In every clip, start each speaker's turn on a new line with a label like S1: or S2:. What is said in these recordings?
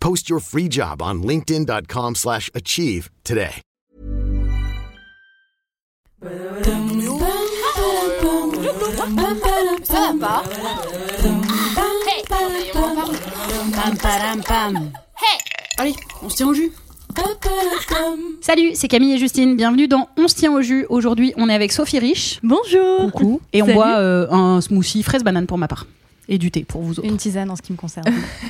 S1: Post your free job on linkedin.com/achieve slash achieve today.
S2: Ça va pas
S3: Allez, on se tient au jus. Salut, c'est Camille et Justine. Bienvenue dans On se tient au jus. Aujourd'hui, on est avec Sophie Rich.
S4: Bonjour
S3: Coucou. Et on
S4: Salut.
S3: boit euh, un smoothie fraise banane pour ma part et du thé pour vous autres.
S4: Une tisane en ce qui me concerne.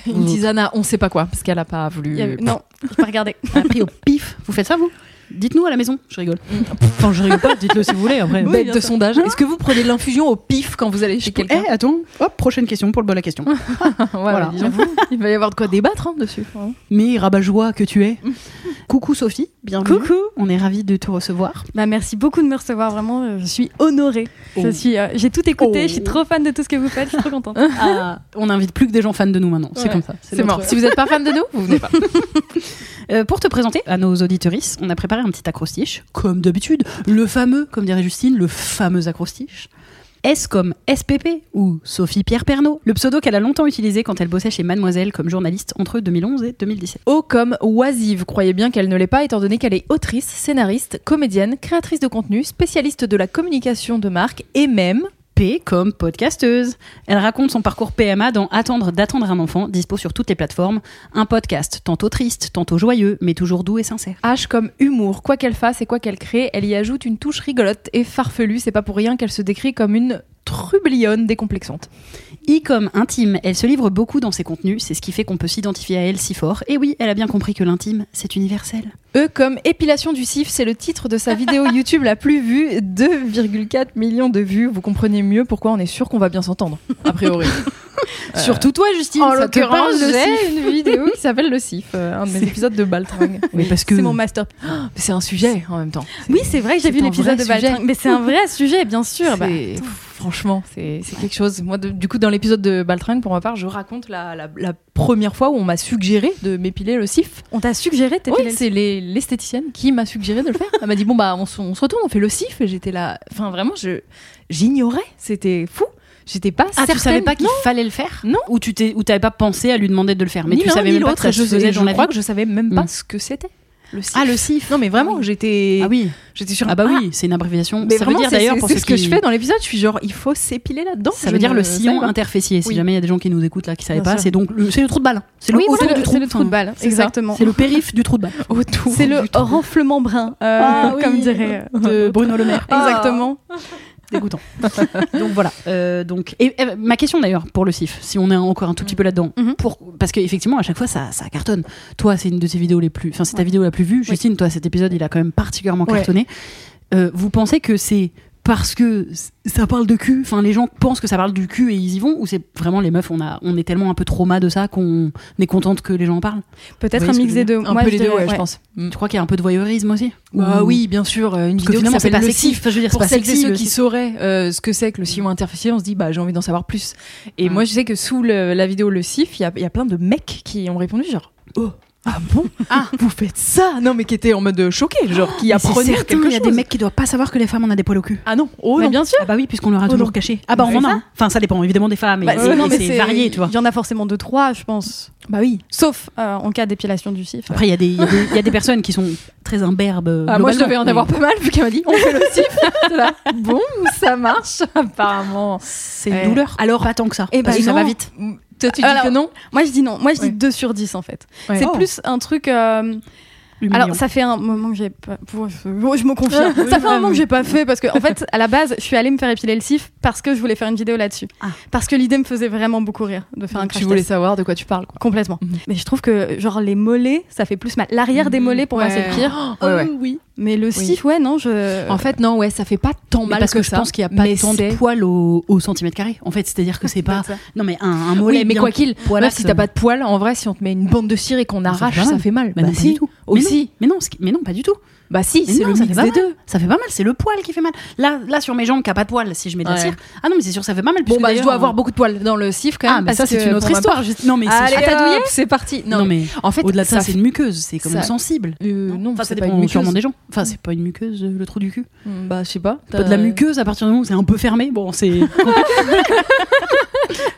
S5: Une tisane à on sait pas quoi, parce qu'elle a pas voulu.
S4: Il y avait- Non, je pas regardé.
S3: a pris au pif. Vous faites ça, vous Dites-nous à la maison, je rigole. Enfin, je rigole pas, dites-le si vous voulez après.
S5: Bête de sondage. Est-ce que vous prenez de l'infusion au pif quand vous allez chez
S3: Eh,
S5: quelqu'un
S3: attends, hop, prochaine question pour le bol à question. voilà.
S5: eh, Voilà, disons. Il va y avoir de quoi débattre hein, dessus.
S3: Mais rabat-joie que tu es. Coucou Sophie, bienvenue.
S4: Coucou
S3: On est ravis de te recevoir.
S4: bah, Merci beaucoup de me recevoir, vraiment, euh, je suis honorée. Je
S5: Oh.
S4: suis, euh, J'ai tout écouté,
S3: Oh.
S4: je suis trop fan de tout ce que vous faites, je suis trop
S3: Euh,
S4: contente.
S3: Ah, on invite plus que des gens fans de nous maintenant, c'est
S5: Ouais.
S3: comme ça.
S5: C'est
S3: notre-
S5: mort. Si vous n'êtes pas fan de nous, vous venez pas.
S3: Euh, pour te présenter à nos auditorices, on a préparé un petit acrostiche, comme d'habitude, le fameux, comme dirait Justine, le fameux acrostiche. S comme SPP ou Sophie Pierre Pernaud, le pseudo qu'elle a longtemps utilisé quand elle bossait chez Mademoiselle comme journaliste entre 2011 et 2017.
S5: O comme oisive, croyez bien qu'elle ne l'est pas, étant donné qu'elle est autrice, scénariste, comédienne, créatrice de contenu, spécialiste de la communication de marque et même.
S3: P comme podcasteuse. Elle raconte son parcours PMA dans Attendre d'attendre un enfant, dispo sur toutes les plateformes. Un podcast tantôt triste, tantôt joyeux, mais toujours doux et sincère.
S5: H comme humour, quoi qu'elle fasse et quoi qu'elle crée, elle y ajoute une touche rigolote et farfelue. C'est pas pour rien qu'elle se décrit comme une trublionne décomplexante.
S3: I comme intime, elle se livre beaucoup dans ses contenus, c'est ce qui fait qu'on peut s'identifier à elle si fort. Et oui, elle a bien compris que l'intime, c'est universel.
S5: E comme épilation du cif, c'est le titre de sa vidéo YouTube la plus vue, 2,4 millions de vues. Vous comprenez mieux pourquoi on est sûr qu'on va bien s'entendre, a priori. Euh,
S3: Surtout toi, Justine,
S5: en
S3: ça te parle
S5: l'occurrence,
S3: le cif.
S5: j'ai une vidéo qui s'appelle le cif, euh, un de mes épisodes de Baltringue.
S3: Oui, parce que
S5: C'est mon master. C'est un sujet en même temps.
S4: Oui, c'est vrai que j'ai
S5: C'est
S4: vu
S5: un
S4: l'épisode de
S5: vrai sujet.
S4: Baltringue, mais c'est un vrai sujet, bien sûr. bah.
S5: C'est- franchement, c'est c'est quelque chose. Moi, de- du coup, dans l'épisode de Baltringue, pour ma part, je raconte la, la- la première fois où on m'a suggéré de m'épiler le cif.
S4: On t'a suggéré, t'es
S5: Oui, c'est les- l'esthéticienne qui m'a suggéré de le faire. Elle m'a dit bon bah on, se- on se retourne, on fait le cif. Et j'étais là, enfin vraiment, je j'ignorais, c'était fou. J'étais pas
S3: Ah,
S5: certaine.
S3: tu savais pas qu'il
S5: Non,
S3: fallait le faire
S5: Non.
S3: Ou tu t'es- ou t'avais pas pensé à lui demander de le faire, mais
S5: ni
S3: tu
S5: l'un,
S3: savais
S5: ni
S3: même pas
S5: l'autre,
S3: que ça
S5: et
S3: se
S5: je,
S3: faisait
S5: et
S3: dans
S5: je
S3: la
S5: crois
S3: vie.
S5: que je savais même pas
S3: Mm.
S5: ce que c'était le cif.
S3: Ah, le cif
S5: Non mais vraiment, j'étais
S3: Ah oui,
S5: j'étais sur Ah,
S3: ah bah oui, c'est une abréviation.
S5: Mais
S3: ça veut
S5: vraiment,
S3: dire
S5: c'est-
S3: d'ailleurs
S5: c'est-
S3: pour
S5: c'est
S3: ceux
S5: ce que
S3: qui-
S5: je fais dans l'épisode. Je suis genre, il faut s'épiler là-dedans.
S3: Ça
S5: Je euh,
S3: veut dire
S5: ne
S3: le
S5: savais
S3: sillon
S5: pas.
S3: interfessier. Si
S5: Oui.
S3: jamais il y a des gens qui nous écoutent là qui savaient
S5: Bien
S3: pas,
S5: sûr.
S3: c'est donc le- c'est le trou de balle. C'est le
S4: Oui,
S3: autour du
S4: voilà, c'est le trou
S3: enfin,
S4: de balle,
S5: c'est ça.
S4: exactement.
S3: C'est le périph du trou de balle.
S5: Autour
S4: C'est le
S5: du trou.
S4: renflement brun, euh,
S3: Ah oui.
S4: comme dirait. euh,
S3: De Bruno Le Maire.
S4: Exactement.
S3: dégoûtant. donc voilà. euh, donc et, et ma question d'ailleurs pour le CIF, si on est encore un tout
S5: Mm.
S3: petit peu là-dedans,
S5: Mm-hmm.
S4: Mhm.
S3: pour parce qu'effectivement à chaque fois ça, ça cartonne. Toi c'est une de tes vidéos les plus, enfin c'est ta vidéo la plus vue. Justine, toi cet épisode il a quand même particulièrement
S5: Ouais.
S3: cartonné. Euh, vous pensez que c'est parce que c- ça parle de cul, enfin les gens pensent que ça parle du cul et ils y vont, ou c'est vraiment les meufs on a, on est tellement un peu trauma de ça qu'on est contente que les gens en parlent.
S4: Peut-être
S3: Oui,
S4: un
S3: ce que
S4: mix
S3: Ah. je
S4: des deux.
S5: Un
S4: Moi,
S5: peu les deux,
S4: dirais,
S5: ouais, je
S4: ouais.
S5: pense.
S3: Tu crois qu'il y a un peu de voyeurisme aussi
S5: Bah
S3: Ou-
S5: oui, bien sûr, euh, une
S3: parce que
S5: vidéo qui
S3: finalement c'est
S5: s'appelle
S3: pas
S5: Le
S3: sexy.
S5: Cif.
S3: Enfin, je veux dire, c'est
S5: Pour
S3: pas
S5: celles et
S3: sexy,
S5: ceux
S3: le
S5: qui
S3: Cif.
S5: sauraient euh, ce que c'est que le sillon interfessier, on se dit bah j'ai envie d'en savoir plus. Et
S3: Ouais.
S5: moi je sais que sous le- la vidéo Le Cif, il y a- il y, a plein de mecs qui ont répondu genre oh ah bon ah vous faites ça non mais qui étaient en mode choqué genre qui
S3: Mais c'est
S5: apprenaient
S3: certain,
S5: quelque
S3: Il y a des
S5: chose.
S3: mecs qui doivent pas savoir que les femmes on a des poils au cul.
S5: ah non oh
S3: Bah,
S5: non.
S3: bien sûr. Ah bah oui, puisqu'on leur a
S5: Oh
S3: toujours
S5: non.
S3: caché. Ah bah on
S5: C'est
S3: en a.
S5: ça.
S3: hein. Enfin, ça dépend évidemment des femmes, mais,
S5: Bah,
S3: c'est-
S5: non, mais
S3: c'est varié, tu vois.
S4: Il y en a forcément deux, trois, je pense.
S5: bah oui
S4: Sauf euh, en cas d'épilation du cif.
S3: Après, il y, a des- il y a des- il y a des personnes qui sont très imberbes. euh,
S5: Ah, moi je
S3: globalement,
S5: devais en
S3: mais
S5: avoir pas mal vu qu'elle m'a dit on fait Le Cif J'étais là, bon ça marche apparemment
S3: C'est une
S5: Ouais.
S3: douleur. Alors, pas tant que ça.
S5: eh ben,
S3: parce que ça va vite.
S5: toi tu dis
S4: Alors,
S5: que non
S4: Moi, je dis non. Moi, je
S5: Ouais.
S4: dis 2 sur 10, en fait.
S5: Ouais.
S4: C'est
S5: Oh.
S4: plus un truc. euh,
S3: humiliant.
S4: Alors, ça fait un moment que j'ai pas. Pour- Je je me confie. hein. ça fait un moment que j'ai pas fait parce que, en fait, à la base, je suis allée me faire épiler le cif parce que je voulais faire une vidéo là-dessus.
S3: Ah.
S4: Parce que l'idée me faisait vraiment beaucoup rire de faire un
S5: Donc,
S4: crash
S5: tu voulais
S4: test.
S5: savoir de quoi tu parles. Quoi.
S4: Complètement.
S5: Mhm.
S4: Mais je trouve que, genre, les mollets, ça fait plus mal. L'arrière des
S5: Mhm.
S4: mollets, pour moi,
S5: Ouais.
S4: c'est le pire.
S3: Oh,
S5: Ouais, ouais.
S3: oui.
S4: Mais le cif, ouais, non, je.
S5: En fait, non, ouais, ça fait pas tant
S3: Mais
S5: mal
S3: parce que,
S5: que,
S3: je
S5: ça,
S3: pense qu'il n'y a pas
S5: mais
S3: tant de
S5: c'est- Bah,
S3: poils au, au centimètre carré. En fait, c'est-à-dire que c'est pas.
S4: Peut-être ça.
S3: Non, mais un, un mollet.
S5: Oui, mais
S3: bien
S5: quoi qu'il, même
S3: poilasse,
S5: si t'as pas de poils, en vrai, si on te met une bande de cire et qu'on
S3: ça fait
S5: arrache,
S3: pas mal.
S5: ça fait mal.
S3: Bah non, pas du tout. Mais non,
S5: Aussi.
S3: Mais non, ce qui- mais non, pas du tout.
S5: Bah si,
S3: Mais
S5: c'est
S3: non,
S5: le
S3: ça
S5: mix
S3: fait pas
S5: des
S3: mal.
S5: deux.
S3: Ça fait pas mal, c'est le poil qui fait mal. Là, là sur mes jambes qui a pas de poils, si je mets de la
S5: Ouais.
S3: cire. Ah non, mais c'est sûr, ça fait pas mal.
S5: Bon,
S3: puisque
S5: bah je
S3: d'ailleurs,
S5: dois
S3: on-
S5: avoir beaucoup de poils dans le cif quand même.
S3: Ah, mais ça,
S5: parce
S3: c'est
S5: que
S3: une autre
S5: pour ma
S3: histoire.
S5: part-
S3: juste- Non, mais c'est
S5: Allez,
S3: sûr.
S5: hop, c'est parti.
S3: Non, mais
S5: en fait,
S3: au-delà de ça,
S5: fait-
S3: c'est une muqueuse, c'est quand même
S5: ça-
S3: sensible.
S5: Euh, non,
S3: enfin, ça
S5: c'est pas
S3: dépend
S5: une
S3: sûrement
S5: muqueuse. Mm.
S3: des gens. Enfin, c'est pas une muqueuse, euh, le trou du cul.
S5: Hmm, Bah, je sais pas.
S3: Pas de la muqueuse à partir du moment où c'est un peu fermé. Bon, c'est.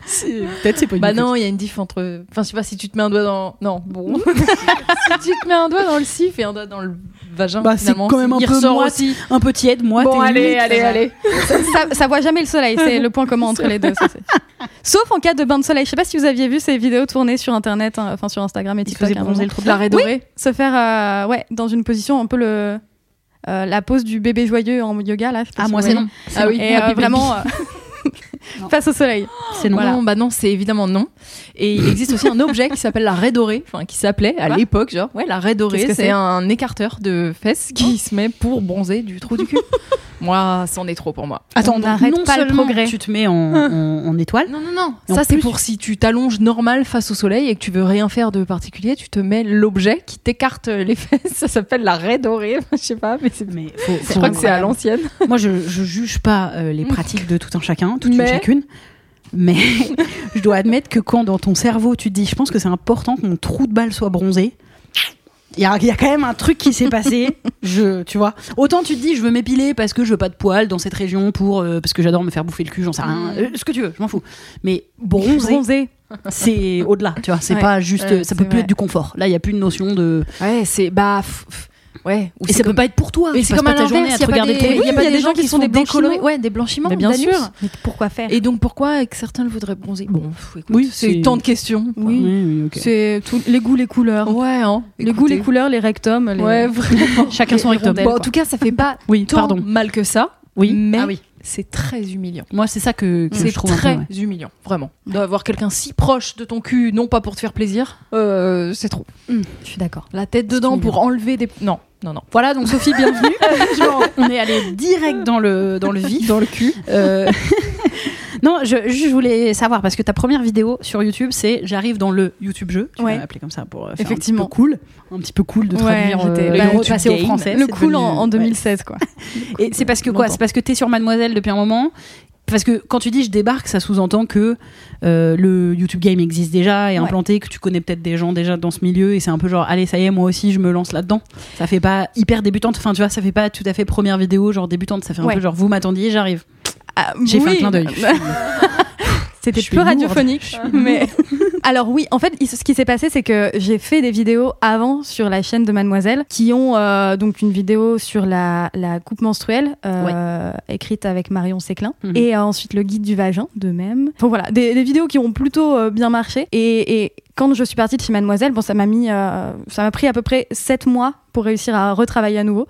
S3: C'est- Peut-être c'est pas une
S5: Bah
S3: muqueuse.
S5: non, il y a une diff entre. Enfin, je sais pas si tu te mets un doigt dans. Non, bon. si tu te mets un doigt dans le cif et un doigt dans le vagin,
S3: Bah, c'est
S5: finalement,
S3: quand même un
S5: il
S3: peu
S5: ressort
S3: moite.
S5: aussi.
S3: Un peu tiède, moi.
S5: Bon,
S3: t'es
S5: allez,
S3: humide.
S5: allez, allez.
S4: ça, ça voit jamais le soleil, c'est le point commun entre les deux. ça, c'est- Sauf en cas de bain de soleil. Je sais pas si vous aviez vu ces vidéos tournées sur internet, hein, enfin sur Instagram et
S3: Il
S4: TikTok. hein,
S3: faisait
S4: à un
S3: bronzer
S4: moment.
S3: le trou de
S5: La raie dorée.
S4: Se faire euh, ouais, dans une position un peu le, euh, la pose du bébé joyeux en yoga. Là, je sais pas
S3: Ah,
S4: si
S3: moi,
S4: vous
S3: c'est
S4: voyez.
S3: non.
S5: Ah oui.
S4: Et euh,
S3: Happy baby.
S4: vraiment, euh,
S3: Non.
S4: face au soleil.
S3: C'est non.
S5: Non, bah non, c'est évidemment non. Et il existe aussi un objet qui s'appelle la raie dorée, enfin qui s'appelait à
S4: Quoi
S5: l'époque, genre, ouais, la raie dorée,
S4: Qu'est-ce que
S5: c'est Oh.
S4: c'est
S5: un écarteur de fesses qui se met pour bronzer du trou du cul. moi, c'en est trop pour moi.
S3: Attends,
S4: On
S3: donc,
S4: n'arrête
S3: non
S4: pas le
S3: seulement
S4: progrès.
S3: Tu te mets en,
S5: Hein.
S3: en- en étoile.
S5: Non, non, non.
S3: Et en
S5: Ça, c'est
S3: plus-
S5: pour si tu t'allonges normal face au soleil et que tu veux rien faire de particulier, tu te mets l'objet qui t'écarte les fesses. Ça s'appelle la raie dorée. Je sais pas, mais c'est.
S3: Mais faut-
S5: Je
S3: faut-
S5: crois que c'est à l'ancienne.
S3: Moi, je, je juge pas euh, les pratiques de tout un chacun, toute une
S5: Mais-
S3: chacune. Mais je dois admettre que quand dans ton cerveau tu te dis, je pense que c'est important que mon trou de balle soit bronzé. Il y, a, il y a quand même un truc qui s'est passé, je, tu vois. Autant tu te dis, je veux m'épiler parce que je veux pas de poils dans cette région pour euh, parce que j'adore me faire bouffer le cul, j'en sais
S5: Mm.
S3: rien, euh, ce que tu veux, je m'en fous. Mais bronzer,
S4: Bronzé.
S3: c'est au-delà, tu vois. C'est
S4: Ouais.
S3: pas juste,
S5: Ouais,
S3: ça peut plus
S5: c'est vrai.
S3: être du confort. Là, il y a plus une notion de.
S5: Ouais, c'est. Bah. f- f- Ouais. Ou
S3: Et
S5: c'est
S3: ça
S5: comme-
S3: peut pas être pour toi.
S5: Mais
S3: Tu
S5: c'est
S3: passes
S5: comme à
S3: pas ta journée
S5: l'inverse,
S3: à
S5: il
S3: te
S5: y a pas
S3: regarder
S5: des,
S3: le
S5: il
S3: téléphone.
S5: y a
S4: Oui,
S5: pas
S4: il y a
S5: des gens qui sont des
S4: blanchiments. hein.
S5: décolorés, ouais, des blanchiments.
S4: Mais bien
S5: d'anus.
S4: sûr. Mais pourquoi faire
S5: Et donc pourquoi que certains le voudraient bronzer Bon, pff, écoute,
S3: Oui, c'est-
S5: c'est tant de questions.
S4: Oui.
S3: Oui, oui, ok.
S4: C'est tout- les goûts, les couleurs.
S5: Ouais, hein.
S4: Les goûts, les couleurs, les rectums. les-
S5: Ouais, vraiment.
S3: Chacun son
S4: les
S3: rectum.
S4: rondelles,
S5: Bon, en
S4: quoi.
S5: tout cas, ça fait pas
S3: Oui,
S5: tant
S3: pardon.
S5: mal que ça,
S3: Oui.
S5: mais
S3: Ah oui.
S5: c'est très humiliant.
S3: Moi, c'est ça que, que
S5: C'est
S3: je trouve un peu,
S5: très
S3: ouais.
S5: humiliant, vraiment. D'avoir quelqu'un si proche de ton cul, non pas pour te faire plaisir, euh, c'est trop.
S4: Hmm, Je suis d'accord.
S5: La tête dedans pour enlever des. Non, non, non. Voilà, donc Sophie, bienvenue.
S3: On est allé direct dans le, dans le vif.
S5: Dans le cul.
S3: Euh, non, je, je voulais savoir, parce que ta première vidéo sur YouTube, c'est J'arrive dans le YouTube jeu. Tu
S4: Ouais.
S3: l'as appelé comme ça pour euh, faire
S4: Effectivement.
S3: un petit peu cool. Un petit peu cool de
S4: Ouais,
S3: traduire
S4: j'étais-
S3: euh,
S4: bah,
S3: le
S4: le
S3: passé au
S5: game.
S3: français.
S4: Le
S3: c'est
S4: cool en,
S3: devenu-
S4: en
S3: ouais.
S4: 2016, quoi.
S3: Et c'est parce que quoi
S4: Longtemps.
S3: C'est parce que t'es sur Mademoiselle depuis un moment parce que quand tu dis je débarque, ça sous-entend que euh, le YouTube Game existe déjà et
S4: Ouais.
S3: implanté, que tu connais peut-être des gens déjà dans ce milieu et c'est un peu genre allez ça y est moi aussi je me lance là-dedans. Ça fait pas hyper débutante, enfin tu vois ça fait pas tout à fait première vidéo genre débutante, ça fait un
S4: Ouais.
S3: peu genre vous m'attendiez j'arrive.
S4: Ah,
S3: J'ai fait un
S4: oui.
S3: clin d'œil.
S4: C'était
S3: Je suis
S4: peu
S3: lourde.
S4: radiophonique, mais alors oui, en fait, il- ce qui s'est passé, c'est que j'ai fait des vidéos avant sur la chaîne de Mademoiselle, qui ont euh, donc une vidéo sur la, la coupe menstruelle euh, écrite avec Marion Séclin,
S3: Mhm.
S4: et euh, ensuite le guide du vagin, de même. Enfin voilà, des, des vidéos qui ont plutôt euh, bien marché. Et, et quand je suis partie de chez Mademoiselle, bon, ça m'a mis, euh, ça m'a pris à peu près 7 mois pour réussir à retravailler à nouveau.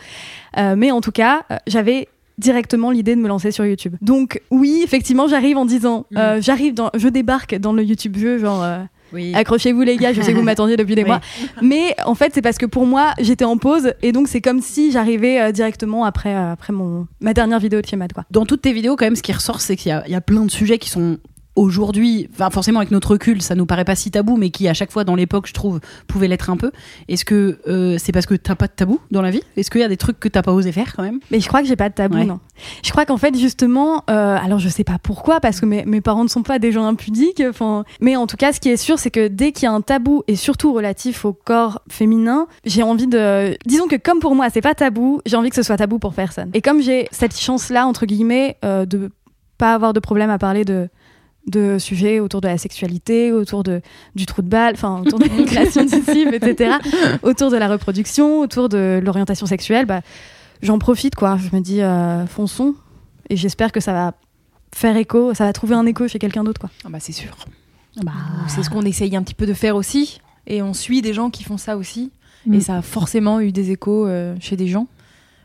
S4: Euh, mais en tout cas, euh, j'avais directement l'idée de me lancer sur YouTube. Donc oui, effectivement, j'arrive en disant,
S3: Mm.
S4: euh, j'arrive dans, je débarque dans le YouTube vieux, genre euh,
S3: Oui.
S4: accrochez-vous les gars, je sais que vous m'attendiez depuis des
S3: Oui.
S4: mois. Mais en fait, c'est parce que pour moi, j'étais en pause et donc c'est comme si j'arrivais euh, directement après euh, après mon ma dernière vidéo de chez Mad quoi.
S3: Dans toutes tes vidéos quand même ce qui ressort c'est qu'il y a- il y, a plein de sujets qui sont aujourd'hui, enfin forcément avec notre recul ça nous paraît pas si tabou mais qui à chaque fois dans l'époque je trouve pouvaient l'être un peu. Est-ce que euh, c'est parce que t'as pas de tabou dans la vie Est-ce qu'il y a des trucs que t'as pas osé faire quand même
S4: Mais je crois que j'ai pas de tabou,
S3: Ouais.
S4: non. Je crois qu'en fait, justement, euh, alors je sais pas pourquoi, parce que mes, mes parents ne sont pas des gens impudiques. Enfin, mais en tout cas, ce qui est sûr, c'est que dès qu'il y a un tabou, et surtout relatif au corps féminin, j'ai envie de. Disons que comme pour moi, c'est pas tabou, j'ai envie que ce soit tabou pour personne. Et comme j'ai cette chance-là, entre guillemets, euh, de pas avoir de problème à parler de de sujets autour de la sexualité, autour de, du trou de balle, enfin autour de la création de cibles, etc., autour de la reproduction, autour de l'orientation sexuelle, bah, j'en profite quoi. Je me dis euh, fonçons et j'espère que ça va faire écho, ça va trouver un écho chez quelqu'un d'autre quoi.
S5: Ah bah c'est sûr.
S3: Bah,
S5: C'est ce qu'on essaye un petit peu de faire aussi. Et on suit des gens qui font ça aussi.
S4: Mm.
S5: Et ça a forcément eu des échos euh, chez des gens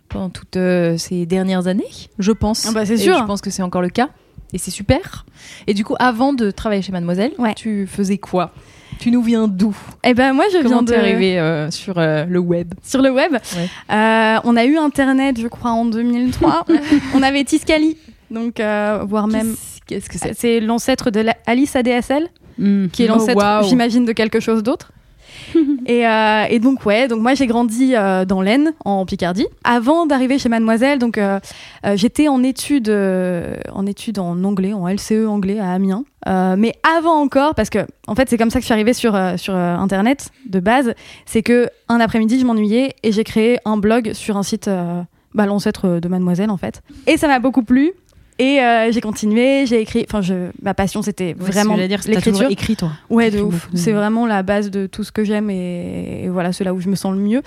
S5: pendant toutes euh, ces dernières années, je pense.
S4: Ah bah, c'est
S5: Et
S4: sûr.
S5: Je pense que c'est encore le cas. Et c'est super. Et du coup, avant de travailler chez Mademoiselle,
S4: Ouais.
S5: tu faisais quoi Tu nous viens d'où
S4: Et ben moi, je
S5: Comment
S4: viens de
S5: t'es arrivée euh, sur euh, le web
S4: sur le web.
S5: Ouais.
S4: Euh, on a eu Internet, je crois, en 2003. on avait Tiscali, donc euh, voire même.
S5: Qu'est-ce que
S4: C'est l'ancêtre de la Alice ADSL, qui est
S5: Oh,
S4: l'ancêtre,
S5: waouh.
S4: j'imagine, de quelque chose d'autre. et, euh, et donc ouais, donc moi j'ai grandi euh, dans l'Aisne, en Picardie. Avant d'arriver chez Mademoiselle, donc euh, euh, j'étais en études, euh, en études en anglais, en LCE anglais à Amiens. Euh, mais avant encore, parce que en fait c'est comme ça que je suis arrivée sur euh, sur euh, internet de base, c'est que un après-midi je m'ennuyais et j'ai créé un blog sur un site, euh, bah, l'ancêtre de Mademoiselle en fait. Et ça m'a beaucoup plu. Et euh, j'ai continué, j'ai écrit. Enfin, je, ma passion, c'était vraiment l'écriture.
S3: écrit, toi.
S4: Ouais, de
S3: T'écris
S4: ouf.
S3: beaucoup.
S4: C'est vraiment la base de tout ce que j'aime et, et voilà, c'est là où je me sens le mieux.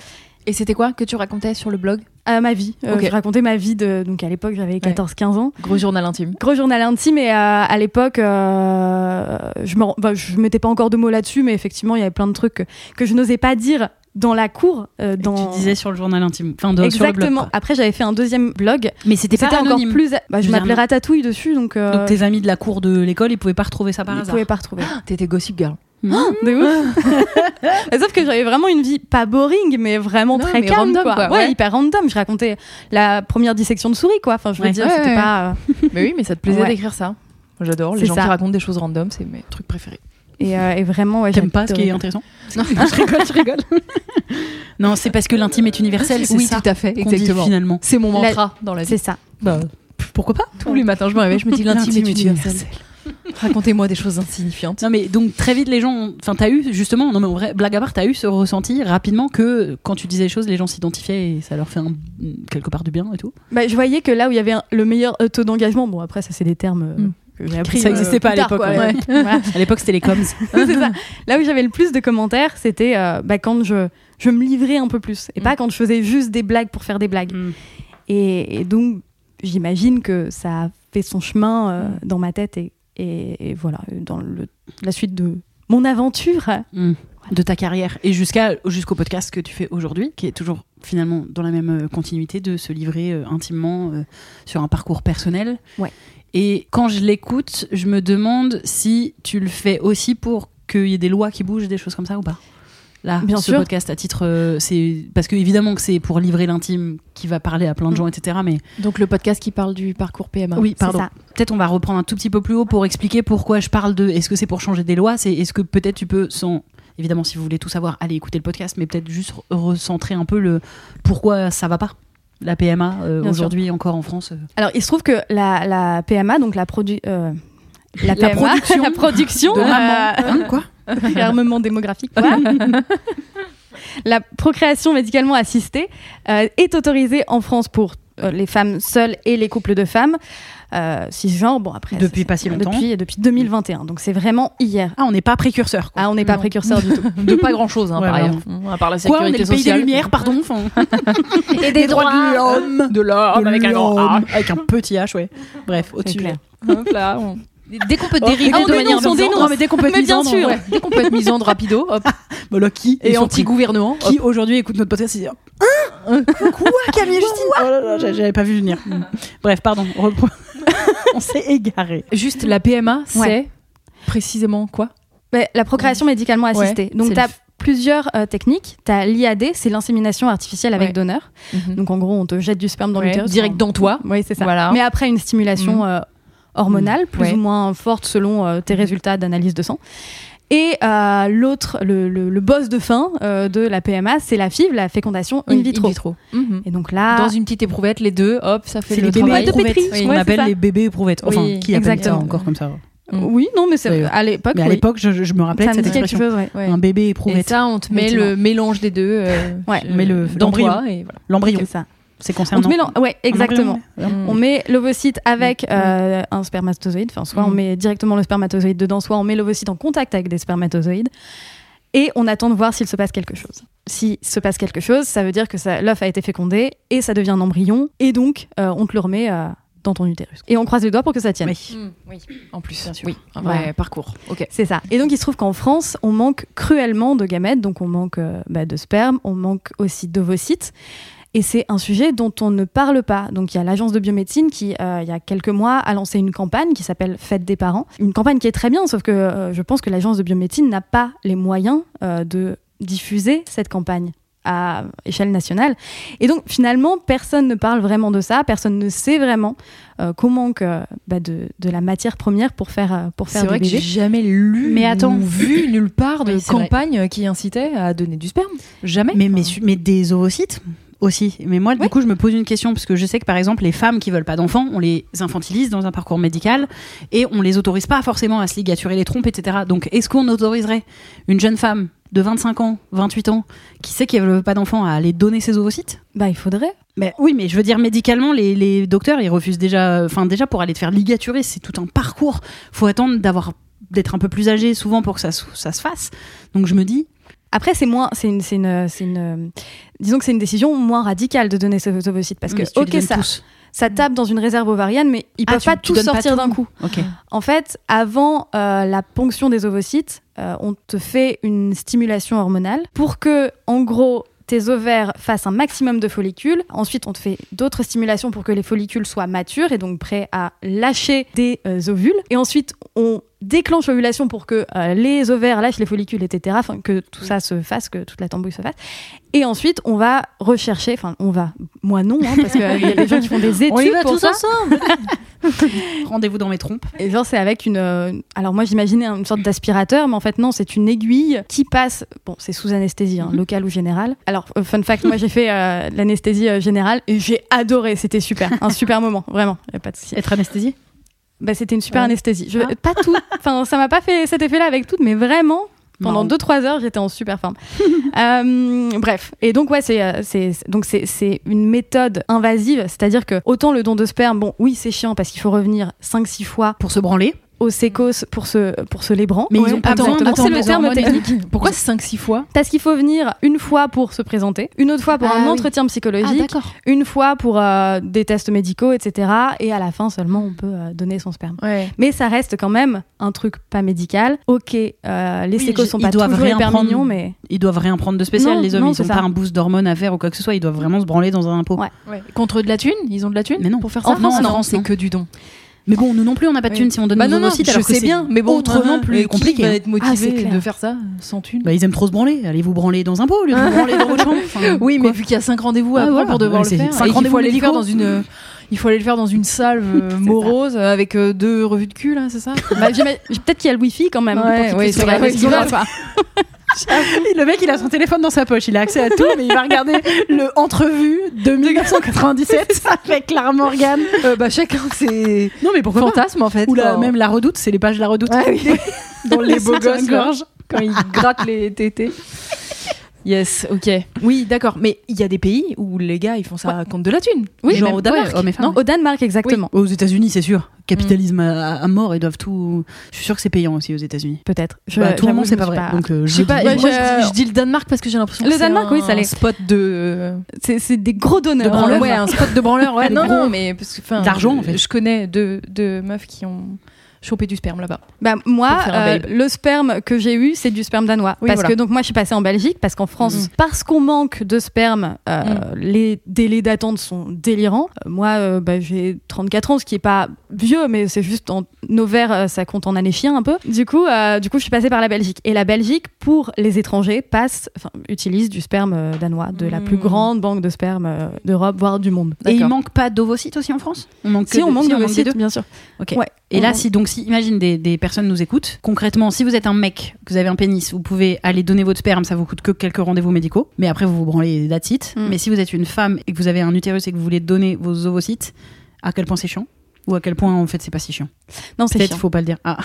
S5: Et c'était quoi que tu racontais sur le blog
S4: Euh, ma vie. Euh,
S5: Ok.
S4: Je racontais ma vie de. Donc à l'époque, j'avais 14-15 ans.
S5: Gros journal intime.
S4: Gros journal intime et euh, à l'époque, euh, je me rends- bah, je mettais pas encore de mots là-dessus, mais effectivement, il y avait plein de trucs que, que je n'osais pas dire dans la cour. euh,
S3: Et
S4: dans...
S3: Tu disais sur le journal intime. Enfin, de- sur le blog.
S4: Exactement.
S3: quoi.
S4: Après, j'avais fait un deuxième blog.
S3: Mais c'était pas
S4: C'était encore
S3: anonyme.
S4: plus. bah,
S3: Je
S4: je
S3: veux dire,
S4: m'appelais
S3: non.
S4: Ratatouille dessus, donc. euh,
S3: Donc tes amis de la cour de l'école, ils pouvaient pas retrouver ça par
S4: ils
S3: hasard.
S4: pouvaient pas retrouver.
S5: T'étais gossip girl.
S4: De ouf. Mais Sauf que j'avais vraiment une vie pas boring, mais vraiment
S5: Non,
S4: très
S5: mais
S4: calme,
S5: random,
S4: quoi.
S5: quoi,
S4: Ouais,
S5: ouais.
S4: hyper random. Je racontais la première dissection de souris, quoi. Enfin, je veux
S3: Ouais.
S4: dire,
S5: Ouais,
S4: c'était
S5: ouais.
S4: pas. euh,
S5: mais oui, mais ça te plaisait
S4: Ouais.
S5: d'écrire ça. Moi, J'adore les
S4: C'est
S5: gens
S4: ça.
S5: qui racontent des choses random, c'est mes trucs préférés.
S4: Et, euh, et vraiment, ouais,
S3: T'aimes pas ce qui
S4: j'adorais.
S3: est intéressant Non, je rigole, je rigole. non, c'est parce que l'intime est universel, c'est
S5: oui,
S3: ça
S5: tout à fait,
S3: qu'on dit
S5: exactement.
S3: finalement.
S5: C'est mon
S4: La-
S5: mantra dans la vie.
S4: C'est ça.
S5: Bah, pourquoi pas Tous les matins, je me réveille, je me dis l'intime est universel. Racontez-moi des choses insignifiantes.
S3: Non mais donc très vite les gens, ont- enfin t'as eu justement, non mais en vrai, blague à part, t'as eu ce ressenti rapidement que quand tu disais les choses, les gens s'identifiaient et ça leur fait un- quelque part du bien et tout.
S4: Bah, je voyais que là où il y avait un- le meilleur euh, taux d'engagement, bon, après, ça, c'est des termes. euh,
S5: Mm.
S4: que J'ai appris,
S3: Ça
S4: euh,
S3: existait pas
S4: plus
S3: à
S4: tard,
S3: l'époque,
S4: quoi.
S3: ouais.
S4: Voilà.
S3: À l'époque c'était les coms.
S4: C'est ça. Là où j'avais le plus de commentaires, c'était euh, bah, quand je, je me livrais un peu plus
S5: Mm.
S4: et pas quand je faisais juste des blagues pour faire des blagues.
S3: Mm.
S4: Et, et donc, j'imagine que ça a fait son chemin euh,
S3: Mm.
S4: dans ma tête et, et- et voilà, dans le, la suite de mon aventure.
S3: Mm. de ta carrière et jusqu'à jusqu'au podcast que tu fais aujourd'hui, qui est toujours finalement dans la même euh, continuité de se livrer euh, intimement euh, sur un parcours personnel.
S4: Ouais.
S3: Et quand je l'écoute, je me demande si tu le fais aussi pour qu'il y ait des lois qui bougent, des choses comme ça ou pas. Là,
S4: Bien
S3: ce
S4: sûr.
S3: podcast à titre, euh, c'est parce que évidemment que c'est pour livrer l'intime qui va parler à plein
S4: Mm.
S3: de gens, etc. Mais
S5: Donc le podcast qui parle du parcours PMA.
S3: oui,
S4: C'est
S3: pardon.
S4: ça.
S3: Peut-être on va reprendre un tout petit peu plus haut pour expliquer pourquoi je parle de. Est-ce que c'est pour changer des lois C'est est-ce que peut-être tu peux sans évidemment si vous voulez tout savoir allez écouter le podcast, mais peut-être juste re- recentrer un peu le pourquoi ça va pas la PMA euh,
S4: Bien sûr.
S3: aujourd'hui encore en France. euh.
S4: Alors, il se trouve que la, la PMA, donc la, produ- euh, la
S3: La
S4: PMA,
S3: production
S4: la production
S3: de
S4: euh,
S5: Ah,
S3: maman. Hein, quoi
S4: L'armement démographique. quoi. la procréation médicalement assistée euh, est autorisée en France pour euh, les femmes seules et les couples de femmes euh, cisgenres. Bon après
S3: Depuis
S4: c'est-
S3: pas si longtemps.
S4: Depuis depuis 2021. Donc c'est vraiment hier.
S3: Ah, on n'est pas précurseur. Quoi.
S4: Ah, on n'est pas
S5: Non.
S4: précurseur du tout.
S5: De pas grand-chose, hein,
S3: Ouais,
S5: par
S3: vraiment.
S5: ailleurs. Mmh, À part la
S3: Quoi, on
S5: sécurité
S3: est le pays des
S5: sociale.
S3: lumières, pardon. enfin.
S5: Et des droits de l'homme. De l'homme,
S3: De
S5: Ah, bah, avec un grand
S3: l'homme,
S5: H.
S3: avec un petit H, ouais. Bref, au-dessus.
S5: clair. Hop là, on- Dès qu'on peut dériver
S3: Ah, on
S5: de manière
S3: dénonce, on
S5: misandre-
S3: dénonce. Non, mais dès qu'on peut être
S5: Mais bien
S3: misandre,
S5: sûr,
S3: ouais.
S5: dès qu'on peut être misandre rapido, hop,
S3: Bah là, qui est
S5: et
S3: surpris
S5: anti-gouvernement, hop.
S3: qui aujourd'hui écoute notre podcast et dit Quoi, Camille Justine Oh là là, j'a- j'avais pas vu venir. Mm. Bref, pardon, repre- on s'est égaré.
S5: Juste la PMA,
S4: Ouais.
S5: c'est précisément quoi
S4: Mais la procréation médicalement
S5: Ouais,
S4: assistée. Donc
S5: c'est
S4: tu as
S5: le-
S4: plusieurs euh, techniques. Tu as l'IAD, c'est l'insémination artificielle avec
S5: Ouais.
S4: donneur.
S5: Donc,
S4: Donc en gros, on te jette du sperme dans
S5: ouais,
S4: l'utérus.
S5: direct dans toi.
S4: Oui, c'est ça.
S5: Mhm. Voilà.
S4: Mais après une stimulation
S5: Mhm.
S4: euh, hormonale, plus
S5: Ouais.
S4: ou moins forte selon euh, tes résultats d'analyse de sang. Et euh, l'autre, le, le- le boss de fin euh, de la PMA, c'est la FIV, la fécondation
S5: Oui,
S4: in vitro.
S5: Mhm.
S4: Et donc là,
S5: Dans une petite éprouvette, les deux, hop, ça fait
S3: C'est
S5: le
S3: les bébés
S5: travail.
S4: de
S3: éprouvettes,
S4: Pétri,
S3: ce
S4: ouais,
S3: qu'on
S4: c'est
S3: appelle
S4: ça.
S3: les bébés éprouvettes. Enfin,
S5: Oui,
S3: qui appelle ça
S4: exactement.
S3: encore comme ça
S4: oui, non, mais c'est
S3: D'ailleurs.
S4: à l'époque,
S3: Mais à
S4: oui.
S3: l'époque, je, je- je me rappelais
S4: ça
S3: de
S4: me
S3: cette
S4: dit quelque
S3: expression.
S4: chose. ouais.
S5: Ouais.
S3: Un bébé
S5: Et
S3: éprouvette.
S5: ça, on te met
S3: Effectivement.
S5: le mélange des deux. euh,
S4: Ouais,
S3: on met le-
S5: dans
S3: l'embryon.
S5: toi, et voilà.
S3: L'embryon,
S4: C'est ça.
S3: c'est
S4: On
S3: concernant.
S4: te mélange- ouais,
S3: un embryon,
S4: exactement.
S3: ouais.
S5: Mm.
S4: On met l'ovocyte avec euh, un spermatozoïde. Enfin, soit on
S5: Mhm.
S4: met directement le spermatozoïde dedans, soit on met l'ovocyte en contact avec des spermatozoïdes. Et on attend de voir s'il se passe quelque chose. S'il se passe quelque chose, ça veut dire que ça- l'œuf a été fécondé et ça devient un embryon. Et donc, euh, on te le remet euh, dans ton utérus. Et on croise les doigts pour que ça tienne.
S3: Oui.
S5: oui, en plus.
S3: Bien sûr.
S5: Oui, un vrai
S4: Ouais.
S5: parcours. Ok.
S4: C'est ça. Et donc, il se trouve qu'en France, on manque cruellement de gamètes, donc on manque euh, bah, de sperme, on manque aussi d'ovocytes. Et c'est un sujet dont on ne parle pas. Donc, il y a l'agence de biomédecine qui, euh, il y a quelques mois, a lancé une campagne qui s'appelle Fête des parents. Une campagne qui est très bien, sauf que euh, je pense que l'agence de biomédecine n'a pas les moyens euh, de diffuser cette campagne à échelle nationale. Et donc, finalement, personne ne parle vraiment de ça, personne ne sait vraiment euh, qu'on manque euh, bah, de, de la matière première pour faire, euh, pour faire
S5: C'est
S4: des
S5: vrai que
S4: bébés.
S5: j'ai jamais lu
S3: Mais attends.
S5: ou vu nulle part de
S3: Oui, c'est vrai.
S5: campagne qui incitait à donner du sperme. Jamais.
S3: Mais, mais,
S5: Enfin,
S3: su- mais des ovocytes aussi. Mais moi, du
S5: Ouais.
S3: coup, je me pose une question parce que je sais que par exemple, les femmes qui veulent pas d'enfants, on les infantilise dans un parcours médical et on les autorise pas forcément à se ligaturer les trompes, etc. Donc, est-ce qu'on autoriserait une jeune femme de 25 ans, 28 ans, qui sait qu'elle veut pas d'enfants, à aller donner ses ovocytes
S4: Bah, il faudrait.
S3: mais oui, mais je veux dire médicalement, les, les docteurs ils refusent déjà. Enfin, déjà pour aller te faire ligaturer, c'est tout un parcours. Faut attendre d'avoir d'être un peu plus âgé souvent pour que ça, se- ça se fasse. Donc je me dis,
S4: Après, c'est moins, c'est une, c'est une, c'est une, euh, disons que c'est une décision moins radicale de donner ce ovocyte parce que,
S3: mais si tu les
S4: ok,
S3: donnes
S4: ça,
S3: tous.
S4: ça tape dans une réserve ovarienne, mais ils
S3: Ah,
S4: peuvent
S3: tu-
S4: pas
S3: tu
S4: tout
S3: donnes pas
S4: sortir
S3: tout.
S4: d'un coup.
S3: Ok.
S4: En fait, avant euh, la ponction des ovocytes, euh, on te fait une stimulation hormonale pour que, en gros, tes ovaires fassent un maximum de follicules. Ensuite, on te fait d'autres stimulations pour que les follicules soient matures et donc prêts à lâcher des euh, ovules. Et ensuite, on déclenche l'ovulation pour que euh, les ovaires lâchent les follicules, etc. Enfin, que tout ça se fasse, que toute la tambouille se fasse. Et ensuite, on va rechercher, enfin, on va, moi non, hein, parce qu'il y a des gens qui font des études
S5: On y va
S4: pour
S5: tous
S4: ça.
S5: ensemble.
S3: Rendez-vous dans mes trompes.
S4: Et genre, c'est avec une. euh, alors, moi, j'imaginais une sorte d'aspirateur, mais en fait, non, c'est une aiguille qui passe. Bon, c'est sous anesthésie,
S3: Mhm.
S4: hein, locale ou générale. Alors, euh, fun fact, moi, j'ai fait euh, l'anesthésie euh, générale et j'ai adoré. C'était super. Un super moment, vraiment. Y a pas de souci.
S3: Être anesthésié
S4: Bah, c'était une super
S3: Ouais.
S4: anesthésie. Je,
S3: Ah.
S4: Pas tout. Enfin, ça m'a pas fait cet effet-là avec toutes, mais vraiment. Pendant
S3: Marrant.
S4: 2-3 heures, j'étais en super forme. Euh, bref. Et donc, ouais, c'est, euh, c'est, c'est- donc c'est, c'est une méthode invasive. C'est-à-dire que, autant le don de sperme, bon, oui, c'est chiant parce qu'il faut revenir 5-6 fois
S3: Pour se branler.
S4: au sécos pour ce pour ce lébran.
S3: Mais ils ont pas
S4: Exactement.
S3: besoin d'attendre
S4: c'est le
S3: les
S4: terme
S3: hormones et
S4: technique.
S5: Pourquoi 5-6 fois
S4: Parce qu'il faut venir une fois pour se présenter, une autre fois pour
S5: Ah
S4: un
S5: oui.
S4: entretien psychologique,
S5: d'accord.
S4: une fois pour euh, des tests médicaux, etc. Et à la fin seulement on peut euh, donner son sperme.
S5: Ouais.
S4: Mais ça reste quand même un truc pas médical. Ok, euh, les
S3: Oui,
S4: sécos
S3: je-
S4: sont
S3: ils
S4: pas
S3: doivent
S4: toujours
S3: rien
S4: hyper
S3: prendre.
S4: mignons, mais
S3: Ils doivent rien prendre de spécial.
S4: Non,
S3: les hommes,
S4: non,
S3: ils
S4: c'est
S3: ont
S4: ça.
S3: pas un boost d'hormones à faire ou quoi que ce soit. Ils doivent vraiment se branler dans un pot.
S4: Ouais.
S5: Contre de la thune Ils ont de la thune
S3: Mais non.
S5: pour faire
S3: En
S5: ça
S3: France, non.
S5: c'est que du don.
S3: Mais bon, nous non plus, on n'a pas de
S5: Oui.
S3: thunes si on donne
S5: bah
S3: nos
S5: non, non,
S3: ovocytes,
S5: je
S3: alors que
S5: sais
S3: c'est
S5: bien, mais bon,
S3: autrement
S5: hein,
S3: plus
S5: qui
S3: compliqué.
S5: va être
S4: Ah, c'est
S5: motivé
S4: clair.
S5: de faire ça sans thune.
S3: Bah, ils aiment trop se branler. Allez-vous branler dans un pot au lieu de vous branler dans votre chambre. Enfin,
S5: oui, mais
S3: quoi.
S5: vu qu'il y a 5 rendez-vous
S3: Ah,
S5: après
S3: voilà.
S5: pour devoir
S3: Ouais,
S5: le
S3: c'est
S5: faire,
S3: cinq
S5: et qu'il
S3: rendez-vous
S5: faut aller le faire
S3: médicaux.
S5: dans une, euh, il faut aller le faire dans une salve euh, morose euh, avec euh, deux revues de cul, hein, c'est ça
S4: Bah, j'imagine- peut-être qu'il y a le wifi quand même.
S5: Ouais,
S4: pour qu'ils
S5: ouais,
S4: puissent
S5: c'est
S4: regarder
S5: vrai,
S4: ce qu'ils
S5: c'est
S4: veulent, quoi.
S3: le mec, il a son téléphone dans sa poche. Il a accès à tout, mais il va regarder le entrevue de 1997 avec Clara Morgan.
S5: Euh, Bah chacun ses
S3: Non, mais pourquoi pas
S5: fantasmes en fait.
S3: Ou la,
S5: quand-
S3: même la redoute, c'est les pages de la redoute.
S5: Ah oui.
S3: Dans les beaux
S5: soutiens
S3: gosses.
S5: gorge. quand il gratte les tétés. Yes, ok. Oui, d'accord. Mais il y a des pays où les gars, ils font ça à compte de la thune.
S3: Oui,
S5: genre
S3: même-
S5: au Danemark.
S3: ouais, hommes et femmes.
S5: non
S4: Au Danemark, exactement.
S3: Aux États-Unis, c'est sûr. Capitalisme à, à mort, ils doivent tout. Je suis sûr que c'est payant aussi aux États-Unis.
S4: Peut-être. Je-
S3: Bah, tout le
S4: j'avoue,
S3: monde,
S4: je
S3: c'est
S4: me
S3: pas
S4: suis
S3: vrai. Donc, euh,
S5: Je sais pas,
S3: dis-
S4: moi,
S5: moi,
S4: je-
S5: je, je dis le Danemark parce que j'ai l'impression
S4: Le
S5: que c'est
S4: Danemark,
S5: un,
S4: oui, ça l'est.
S5: spot de,
S4: C'est, c'est des gros donneurs. hein,
S5: de branleur.
S4: Ouais,
S5: Ouais, un spot de branleur. Ouais,
S4: Les
S5: non,
S4: gros.
S5: non, mais parce que, enfin,
S3: D'argent, en fait.
S5: Je connais deux, deux meufs qui ont chopé du sperme là-bas.
S4: Bah, moi,
S5: Pour faire un
S4: euh,
S5: babe.
S4: le sperme que j'ai eu, c'est du sperme danois.
S5: Oui,
S4: parce
S5: voilà.
S4: que donc moi, je suis passée en Belgique parce qu'en France,
S3: Mm.
S5: Mhm.
S4: parce qu'on manque de sperme, euh, les délais d'attente sont délirants. Euh, moi, euh, bah, j'ai 34 ans, ce qui est pas vieux, mais c'est juste en ovaires, euh, ça compte en année chien un peu. Du coup, euh, du coup, je suis passée par la Belgique. Et la Belgique, pour les étrangers, passe, enfin, utilise du sperme euh, danois, de la plus
S5: Mhm.
S4: grande banque de sperme euh, d'Europe, voire du monde.
S3: Mm. Et il
S5: D'accord.
S3: manque pas d'ovocytes aussi en France on manque que
S4: Si on
S3: de-
S4: manque
S3: si,
S4: de
S3: des
S4: sites,
S3: deux.
S4: bien sûr.
S3: Ok.
S4: Ouais. Mm.
S3: Et
S4: On
S3: là,
S4: manque-
S3: si donc, si imagine des, des personnes nous écoutent, concrètement, si vous êtes un mec, que vous avez un pénis, vous pouvez aller donner votre sperme, ça vous coûte que quelques rendez-vous médicaux, mais après vous vous branlez d'attitude.
S4: Mm.
S3: Mais si vous êtes une femme et que vous avez un utérus et que vous voulez donner vos ovocytes, à quel point c'est chiant Ou à quel point en fait c'est pas si chiant
S4: non, c'est
S3: Peut-être
S4: chiant.
S3: faut pas le dire. Ah.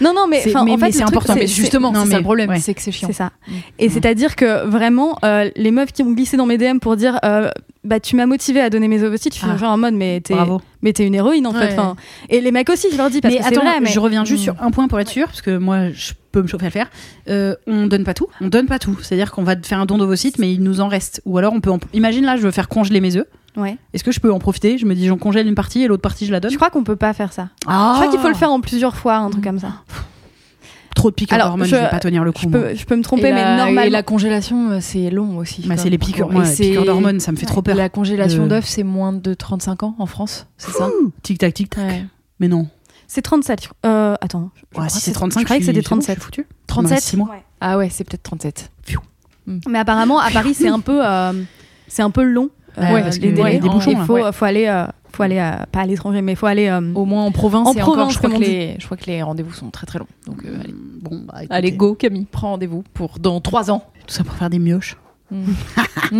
S4: Non, non, mais,
S3: C'est-
S4: enfin,
S3: mais-
S4: en fait,
S3: mais
S4: le
S3: c'est
S4: truc,
S3: important,
S4: c'est-
S3: mais
S4: c'est-
S3: justement,
S5: non,
S3: c'est
S5: mais
S3: ça le problème,
S5: ouais.
S3: c'est
S5: c'est que c'est chiant.
S4: C'est ça.
S5: Mm.
S4: Et
S3: Ouais.
S4: c'est-à-dire que vraiment, euh, les meufs qui ont glissé dans mes DM pour dire euh, Bah, tu m'as motivé à donner mes ovocytes, je suis
S3: Ah.
S4: genre en mode Mais t'es
S3: Bravo.
S4: mais t'es une héroïne en fait.
S5: Ouais.
S4: Enfin, et les mecs aussi, je leur dis Parce
S3: mais
S4: que c'est
S3: attends,
S4: vrai, mais. Mm.
S3: je reviens juste sur un point pour être sûr, parce que moi, je peux me chauffer à le faire. Euh, on donne pas tout. On donne pas tout. C'est-à-dire qu'on va faire un don d'ovocytes, mais il nous en reste. Ou alors, on peut. en- Imagine là, je veux faire congeler mes œufs.
S4: Ouais.
S3: Est-ce que je peux en profiter Je me dis, j'en congèle une partie et l'autre partie, je la donne.
S4: Je crois qu'on peut pas faire ça.
S3: Ah Mm.
S4: Je crois qu'il faut le faire en plusieurs fois, un truc comme ça.
S3: Trop de piqueurs
S4: Alors,
S3: d'hormones, je...
S4: je-
S3: vais pas tenir le coup.
S4: Je
S3: moi.
S4: peux, je peux me
S5: Et
S4: tromper, mais
S5: la- Et la
S4: normalement.
S5: congélation, euh, c'est long aussi.
S3: Bah,
S5: quand
S3: c'est
S5: même,
S3: les
S5: par
S3: piqûres,
S5: contre.
S3: moi,
S5: Et
S3: les
S5: c'est-
S3: piqûres d'hormones, ça me fait trop peur.
S5: La congélation
S3: Le-
S5: d'œufs, c'est moins de 35 ans en France, c'est ça
S3: Tic tac, tic tac.
S5: Ouais.
S3: Mais non.
S4: C'est 37. Euh, attends. Je
S3: Ouais,
S4: crois
S3: si
S4: que
S3: c'est 35,
S4: je croyais que
S3: je suis-
S4: c'était
S3: c'est bon, je suis
S4: 37.
S3: foutu.
S5: 37
S3: 6 mois.
S5: Ah ouais, c'est peut-être 37.
S4: Mais apparemment, à Paris, c'est un peu, euh, c'est un peu long. euh,
S3: Ouais, parce
S4: les
S3: qu'il y a
S4: délais.
S3: des bouchons,
S4: Il
S3: là.
S4: faut,
S5: Ouais.
S4: faut aller, euh, faut aller euh, pas à l'étranger, mais faut aller. euh,
S5: Au moins en province,
S4: En
S5: et encore,
S4: province,
S5: je, crois
S4: comme
S5: que
S4: on
S5: les, je crois que les rendez-vous sont très très longs. Donc euh, allez.
S3: Bon, bah, écoutez,
S5: Allez, go Camille, prends rendez-vous pour dans 3 ans.
S3: Tout ça pour faire des mioches.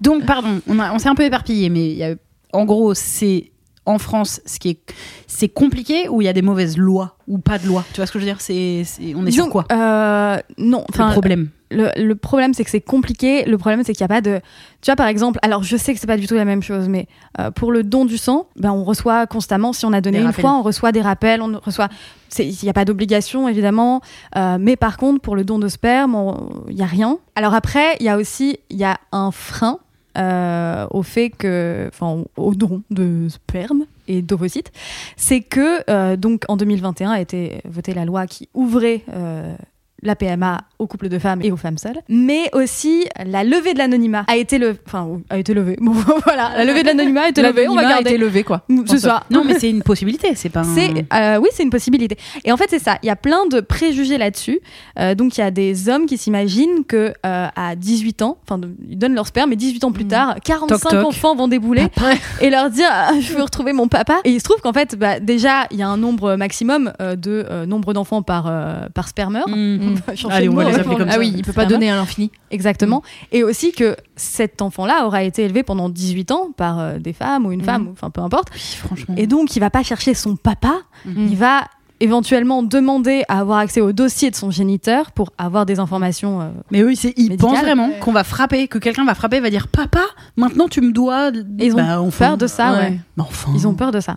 S3: Donc, pardon, on, a- on s'est un peu éparpillé, mais il y a- en gros, c'est en France, ce qui est, c'est compliqué ou il y a des mauvaises lois ou pas de loi. Tu vois ce que je veux dire C'est, c'est- on est
S4: disons,
S3: sur quoi
S4: euh, Non.
S3: Le
S4: Enfin,
S3: problème.
S4: Le, le problème, c'est que c'est compliqué. Le problème, c'est qu'il n'y a pas de. Tu vois, par exemple, alors je sais que c'est pas du tout la même chose, mais euh, pour le don du sang, ben, on reçoit constamment, si on a donné
S3: Des
S4: une
S3: rappels.
S4: fois, on reçoit des rappels, on reçoit. c'est- Il n'y a pas d'obligation, évidemment. euh, mais par contre, pour le don de sperme, on- il n'y a rien. Alors après, il y a aussi il y a un frein euh, au fait que. Enfin, au don de sperme et d'ovocytes c'est que euh, donc en 2021 a été votée la loi qui ouvrait euh, la PMA aux couples de femmes et aux femmes seules, mais aussi la levée de l'anonymat a été levée, enfin a été levée. Bon, voilà, la levée de l'anonymat a été levée. On va
S5: L'anonymat a été
S4: garder.
S5: levé quoi.
S4: Ce soir.
S3: Non, mais c'est une possibilité, c'est pas un-
S4: C'est, euh, oui, c'est une possibilité. Et en fait, c'est ça. Il y a plein de préjugés là-dessus. Euh, donc, il y a des hommes qui s'imaginent que euh, à 18 ans, enfin, de- ils donnent leur sperme, et 18 ans plus
S5: Mm.
S4: tard, 45
S3: Hum. Toc, toc.
S4: enfants vont débouler et leur dire Ah, Je veux retrouver mon papa. Et il se trouve qu'en fait, bah, déjà, il y a un nombre maximum euh, de euh, nombre d'enfants par, euh, par spermeur.
S3: Mm.
S4: Changer
S3: Allez,
S4: de
S3: on va
S4: mot,
S3: les
S4: ouais,
S3: appeler
S4: pour
S3: comme
S4: le-
S3: ça. Hum.
S5: Ah oui, il peut pas donner à l'infini.
S4: Exactement. Et aussi que cet enfant-là aura été élevé pendant 18 ans par euh, des femmes ou une
S3: Hum.
S5: Mm.
S4: femme, ou- enfin peu importe.
S3: Oui, franchement.
S5: Mhm.
S4: Et donc, il va pas chercher son papa,
S3: Mhm.
S4: il va éventuellement demander à avoir accès au dossier de son géniteur pour avoir des informations. euh,
S3: Mais eux, ils, c'est- ils
S4: Médical.
S3: pensent vraiment qu'on va frapper, que quelqu'un va frapper, va dire Papa, maintenant tu me dois.
S4: Et ils ont
S3: Bah, enfin.
S4: peur de ça, Ah ouais.
S3: Mais enfin.
S4: Ils ont peur de ça.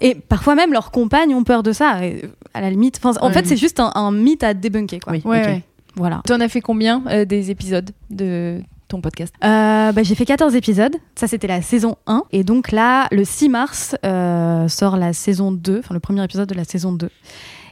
S4: Et parfois même leurs compagnes ont peur de ça. et, euh, à la limite, Enfin, en
S5: Ouais.
S4: fait, c'est juste un, un mythe à débunker. Quoi.
S3: Oui,
S5: Ouais,
S3: ok.
S5: ouais.
S4: Voilà.
S5: T'en as fait combien euh, des épisodes de ton podcast
S4: Euh, bah, j'ai fait 14 épisodes. Ça, c'était la saison 1. Et donc là, le 6 mars euh, sort la saison 2, enfin le premier épisode de la saison 2.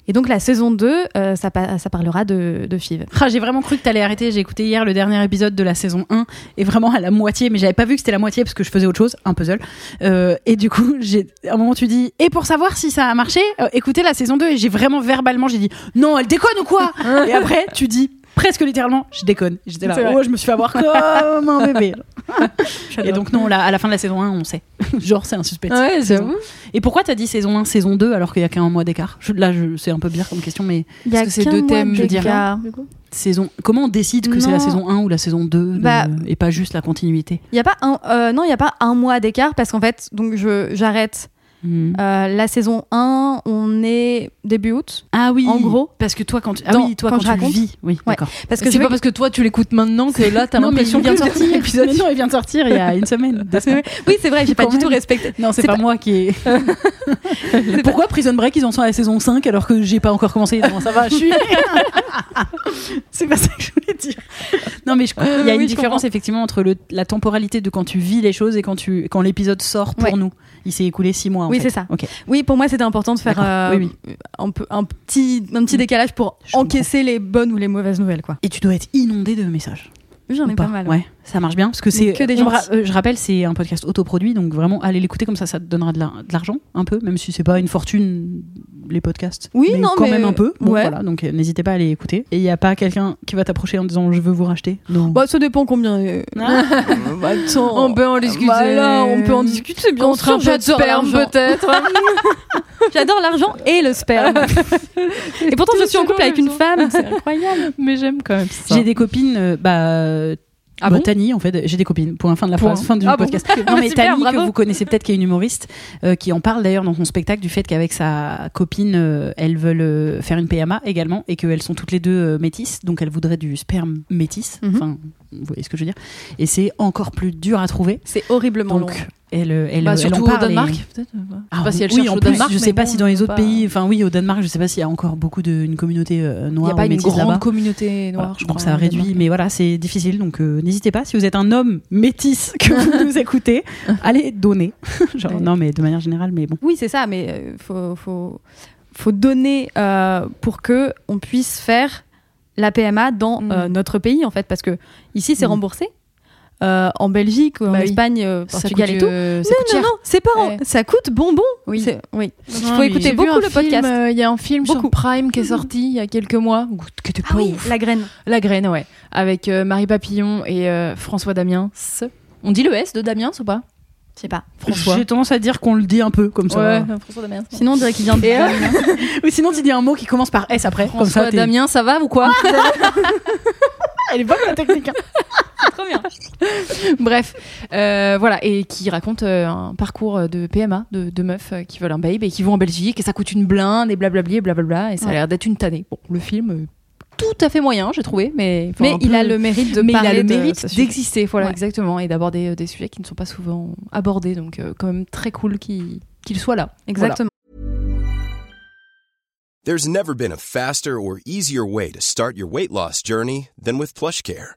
S4: Et donc la saison 2, euh, ça, pa- ça parlera de, de FIV.
S3: Ah, j'ai vraiment cru que t'allais arrêter. J'ai écouté hier le dernier épisode de la saison 1 et vraiment à la moitié, mais j'avais pas vu que c'était la moitié parce que je faisais autre chose, un puzzle. Euh, et du coup, j'ai à un moment tu dis et pour savoir si ça a marché, euh, écoutez la saison 2 et j'ai vraiment verbalement j'ai dit non, elle déconne ou quoi Et après, tu dis presque littéralement, je déconne. J'étais là,
S5: C'est vrai.
S3: oh, je me suis fait avoir comme un bébé. et donc non, là, à la fin de la saison 1, on sait. Genre c'est un suspect.
S5: Ouais,
S3: j'avoue. Et pourquoi t'as dit saison 1, saison 2 alors qu'il y a qu'un mois d'écart Je- Là, je, c'est un peu bizarre comme question, mais
S4: Il y a
S5: Parce que c'est
S4: qu'un
S5: deux
S4: mois
S5: thèmes, je
S3: dirais.
S4: d'écart.
S3: saison comment on décide que c'est
S4: Non.
S3: la saison 1 ou la saison 2 de-
S4: Bah-
S3: et pas juste la continuité
S4: Il y a pas un, euh, non, il n'y a pas un mois d'écart parce qu'en fait, donc je j'arrête
S3: Hmm.
S4: euh, la saison 1, on est début août.
S3: ah oui
S4: en gros,
S3: parce que toi quand tu, ah
S4: dans-
S3: oui toi
S4: quand
S3: quand,
S4: je
S3: tu le
S4: raconte.
S3: vis oui
S4: Ouais.
S3: d'accord
S4: Parce que
S5: c'est
S4: je
S5: pas
S4: veux-
S5: parce que toi tu l'écoutes maintenant que là t'as l'impression
S3: il vient de sortir
S5: l'épisode.
S3: mais non il vient de sortir il y a une semaine deux semaines.
S4: oui, c'est vrai, j'ai pas
S3: Quand
S4: du tout
S3: même.
S4: respecté.
S3: non c'est
S4: C'est
S3: pas, moi qui ai pourquoi Prison Break ils en sont à la saison 5 alors que j'ai pas encore commencé Non, ça va je suis c'est pas ça que je voulais dire non mais je- il y a
S4: oui,
S3: une
S4: je
S3: différence
S4: comprends.
S3: effectivement entre le- la temporalité de quand tu vis les choses et quand tu quand l'épisode sort pour
S4: Ouais.
S3: nous il s'est écoulé 6 mois en
S4: Oui,
S3: fait.
S4: c'est ça.
S3: ok
S4: Oui, pour moi, c'était important de faire
S3: D'accord.
S4: euh,
S3: Oui,
S4: un peu un petit un petit décalage pour
S3: Je
S4: encaisser les bonnes ou les mauvaises nouvelles, quoi.
S3: et tu dois être inondé de messages
S4: J'en ai
S3: ou
S4: pas, mal.
S3: Ouais, ça marche bien parce que c'est.
S4: Mais que des
S3: je,
S4: gens-
S3: ra- euh, je rappelle, c'est un podcast autoproduit, donc vraiment allez l'écouter comme ça, ça te donnera de la- de l'argent un peu, même si c'est pas une fortune les podcasts.
S4: Oui, non,
S3: quand
S4: mais-
S3: même un peu. Bon,
S4: ouais.
S3: voilà, donc euh, n'hésitez pas à aller écouter. Et il y a pas quelqu'un qui va t'approcher en disant je veux vous racheter. Non. Ah,
S4: Bah, ça dépend combien. euh, bah, attends.
S5: On peut en discuter.
S4: Voilà, on peut en discuter, bien
S5: Contre
S4: sûr.
S5: un peu de
S4: j'adore
S5: sperme
S4: l'argent.
S5: peut-être.
S4: J'adore l'argent et le sperme. et pourtant, je suis en couple avec une femme. C'est incroyable.
S5: Mais j'aime quand même ça.
S3: J'ai des copines, euh, bah.
S5: Ah
S3: bah,
S5: bon
S3: Tani, en fait, j'ai des copines. Point, fin de la
S5: Point.
S3: phrase, fin du
S5: Ah bon.
S3: podcast.
S5: Ok.
S3: non, mais
S5: Super,
S3: Tani, que
S5: bravo.
S3: vous connaissez peut-être, qui est une humoriste, euh, qui en parle d'ailleurs dans son spectacle du fait qu'avec sa copine, euh, elles veulent euh, faire une PMA également et qu'elles sont toutes les deux euh, métisses, donc elles voudraient du sperme métis.
S4: Mhm.
S3: Enfin, vous voyez ce que je veux dire. Et c'est encore plus dur à trouver.
S4: C'est horriblement long.
S3: Donc, elle, euh, elle,
S5: Bah,
S3: elle en
S5: surtout au
S3: parle et-
S5: Danemark, peut-être. ouais. Je sais
S3: Ah,
S5: pas si elle
S3: oui,
S5: cherche
S3: en
S5: au
S3: plus,
S5: Danemark.
S3: je
S5: mais
S3: sais pas
S5: bon,
S3: si dans les
S5: c'est
S3: autres
S5: pas-
S3: pays, enfin oui, au Danemark, je sais pas s'il y a encore beaucoup de une communauté euh,
S5: Il n'y
S3: noire
S5: a pas
S3: ou
S5: une
S3: métisse là-bas.
S5: grande communauté noire,
S3: Voilà,
S5: je
S3: donc
S5: crois.
S3: ça
S5: au Danemark.
S3: réduit, mais voilà, c'est difficile. Donc euh, n'hésitez pas, si vous êtes un homme métis que vous nous écoutez, allez donner. Genre,
S4: Ouais.
S3: non, mais de manière générale, mais bon.
S4: Oui, c'est ça, mais euh, faut, faut, faut donner euh, pour que on puisse faire la PMA dans
S5: Mm.
S4: euh, notre pays, en fait, parce que ici, c'est
S3: Mm. remboursé.
S4: remboursé. Euh, en Belgique, en
S5: Bah oui.
S4: Espagne, euh,
S5: Ça
S4: Portugal
S5: coûte,
S4: et tout.
S5: euh, ça
S4: non,
S5: coûte
S4: non,
S5: cher.
S4: non, c'est pas.
S5: Ouais.
S4: Ça coûte bonbon.
S3: Oui.
S4: C'est- oui.
S5: Donc,
S4: il faut écouter
S5: J'ai vu
S4: beaucoup
S5: un
S4: le
S5: film,
S4: podcast.
S5: euh, Il y a un film sur
S4: Beaucoup.
S5: Prime qui est sorti il y a quelques mois, ou- qui était pas ouf.
S4: la graine.
S5: La graine, ouais. Avec euh, Marie Papillon et euh, François Damiens. On dit le S de Damiens ou pas
S4: Je sais pas.
S5: François.
S3: J'ai tendance à dire qu'on le dit un peu comme ça.
S5: Ouais, François Damiens.
S4: Sinon, on dirait qu'il vient de. hein.
S5: Et, euh,
S3: Ou sinon, tu dis un mot qui commence par S après. comme ça,
S5: François
S3: t'es-
S5: Damiens, ça va ou quoi
S3: Elle est bonne la technique. hein.
S5: Bref, euh, voilà, et qui raconte euh, un parcours de PMA de, de meufs euh, qui veulent un babe et qui vont en Belgique et ça coûte une blinde et blablabli et blablabla et ça a
S4: Ouais.
S5: l'air d'être une tannée. Bon, le film, euh, tout à fait moyen, j'ai trouvé, mais enfin,
S4: mais
S5: un
S4: il
S5: peu-
S4: a le mérite de
S5: mais il a
S4: parler
S5: le
S4: de
S5: mérite
S4: ce sujet.
S5: d'exister, voilà,
S4: Ouais.
S5: exactement, et d'aborder euh, des sujets qui ne sont pas souvent abordés, donc euh, quand même très cool qu'il qu'il soit là. Voilà.
S4: Exactement.
S2: There's never been a faster or easier way to start your weight loss journey than with PlushCare.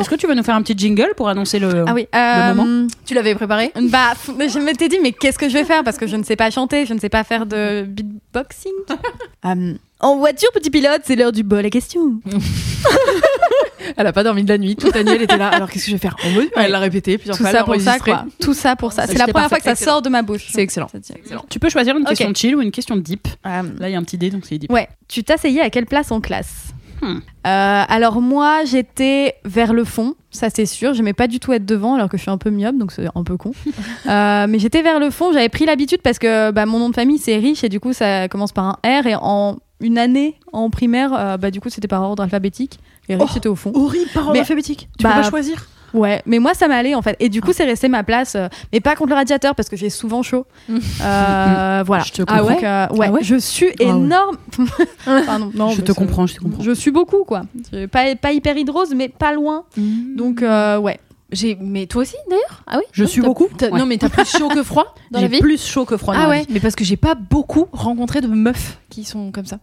S3: Est-ce que tu veux nous faire un petit jingle pour annoncer le.
S4: Ah oui. euh,
S3: moment.
S5: Tu l'avais préparé
S4: Bah, f- je m'étais dit, mais qu'est-ce que je vais faire Parce que je ne sais pas chanter, je ne sais pas faire de beatboxing. Hum, en voiture, petit pilote, c'est l'heure du bol à questions.
S5: Elle a pas dormi de la nuit, toute la nuit elle était là, alors qu'est-ce que je vais faire en mode Elle l'a répété plusieurs
S4: Tout
S5: fois,
S4: ça
S5: elle l'a
S4: pour ça,
S5: enregistré.
S4: quoi. Tout ça pour ça.
S5: Ça,
S4: C'est la
S5: c'était
S4: première fois que
S5: parfait,
S4: ça sort de ma bouche.
S5: C'est excellent.
S3: Tu peux choisir une
S4: Ok.
S3: question chill ou une question deep.
S4: Hum,
S3: Là, il y a un petit dé, donc c'est deep.
S4: ouais. Tu t'asseyais à quelle place en classe
S3: Hmm.
S4: Euh, alors moi j'étais vers le fond, ça c'est sûr. J'aimais pas du tout être devant alors que je suis un peu myope donc c'est un peu con. Euh, mais j'étais vers le fond. J'avais pris l'habitude parce que bah, mon nom de famille c'est riche et du coup ça commence par un R et en une année en primaire euh, bah du coup c'était par ordre alphabétique et riche
S3: Oh.
S4: c'était au fond.
S3: Horrible par
S4: Mais-
S3: alphabétique. Tu
S4: bah,
S3: peux pas choisir. Ah.
S4: Ouais, mais moi ça m'allait en fait. Et du coup, c'est resté ma place, euh, mais pas contre le radiateur parce que j'ai souvent chaud.
S5: Mm.
S4: Euh, voilà.
S3: Je te
S4: Ah
S3: comprends.
S4: ouais, euh, ouais,
S3: Ah ouais
S4: je suis
S3: Ah ouais.
S4: énorme. Pardon, non,
S3: je
S4: mais
S3: te
S4: c'est-
S3: comprends, je te comprends.
S4: Je suis beaucoup quoi. Je- Pas, pas hyper hydrose, mais pas loin. Donc
S3: Mm.
S4: euh, ouais.
S5: J'ai, mais toi aussi d'ailleurs Ah oui.
S3: Je
S5: Non,
S3: suis
S5: t'as-
S3: beaucoup.
S5: t'as-
S3: Ouais.
S5: Non mais t'as plus chaud que froid dans la
S3: J'ai
S5: vie.
S3: plus chaud que froid. dans
S5: Ah
S3: la
S5: ouais,
S3: vie.
S5: mais parce que j'ai pas beaucoup rencontré de meufs qui sont comme ça.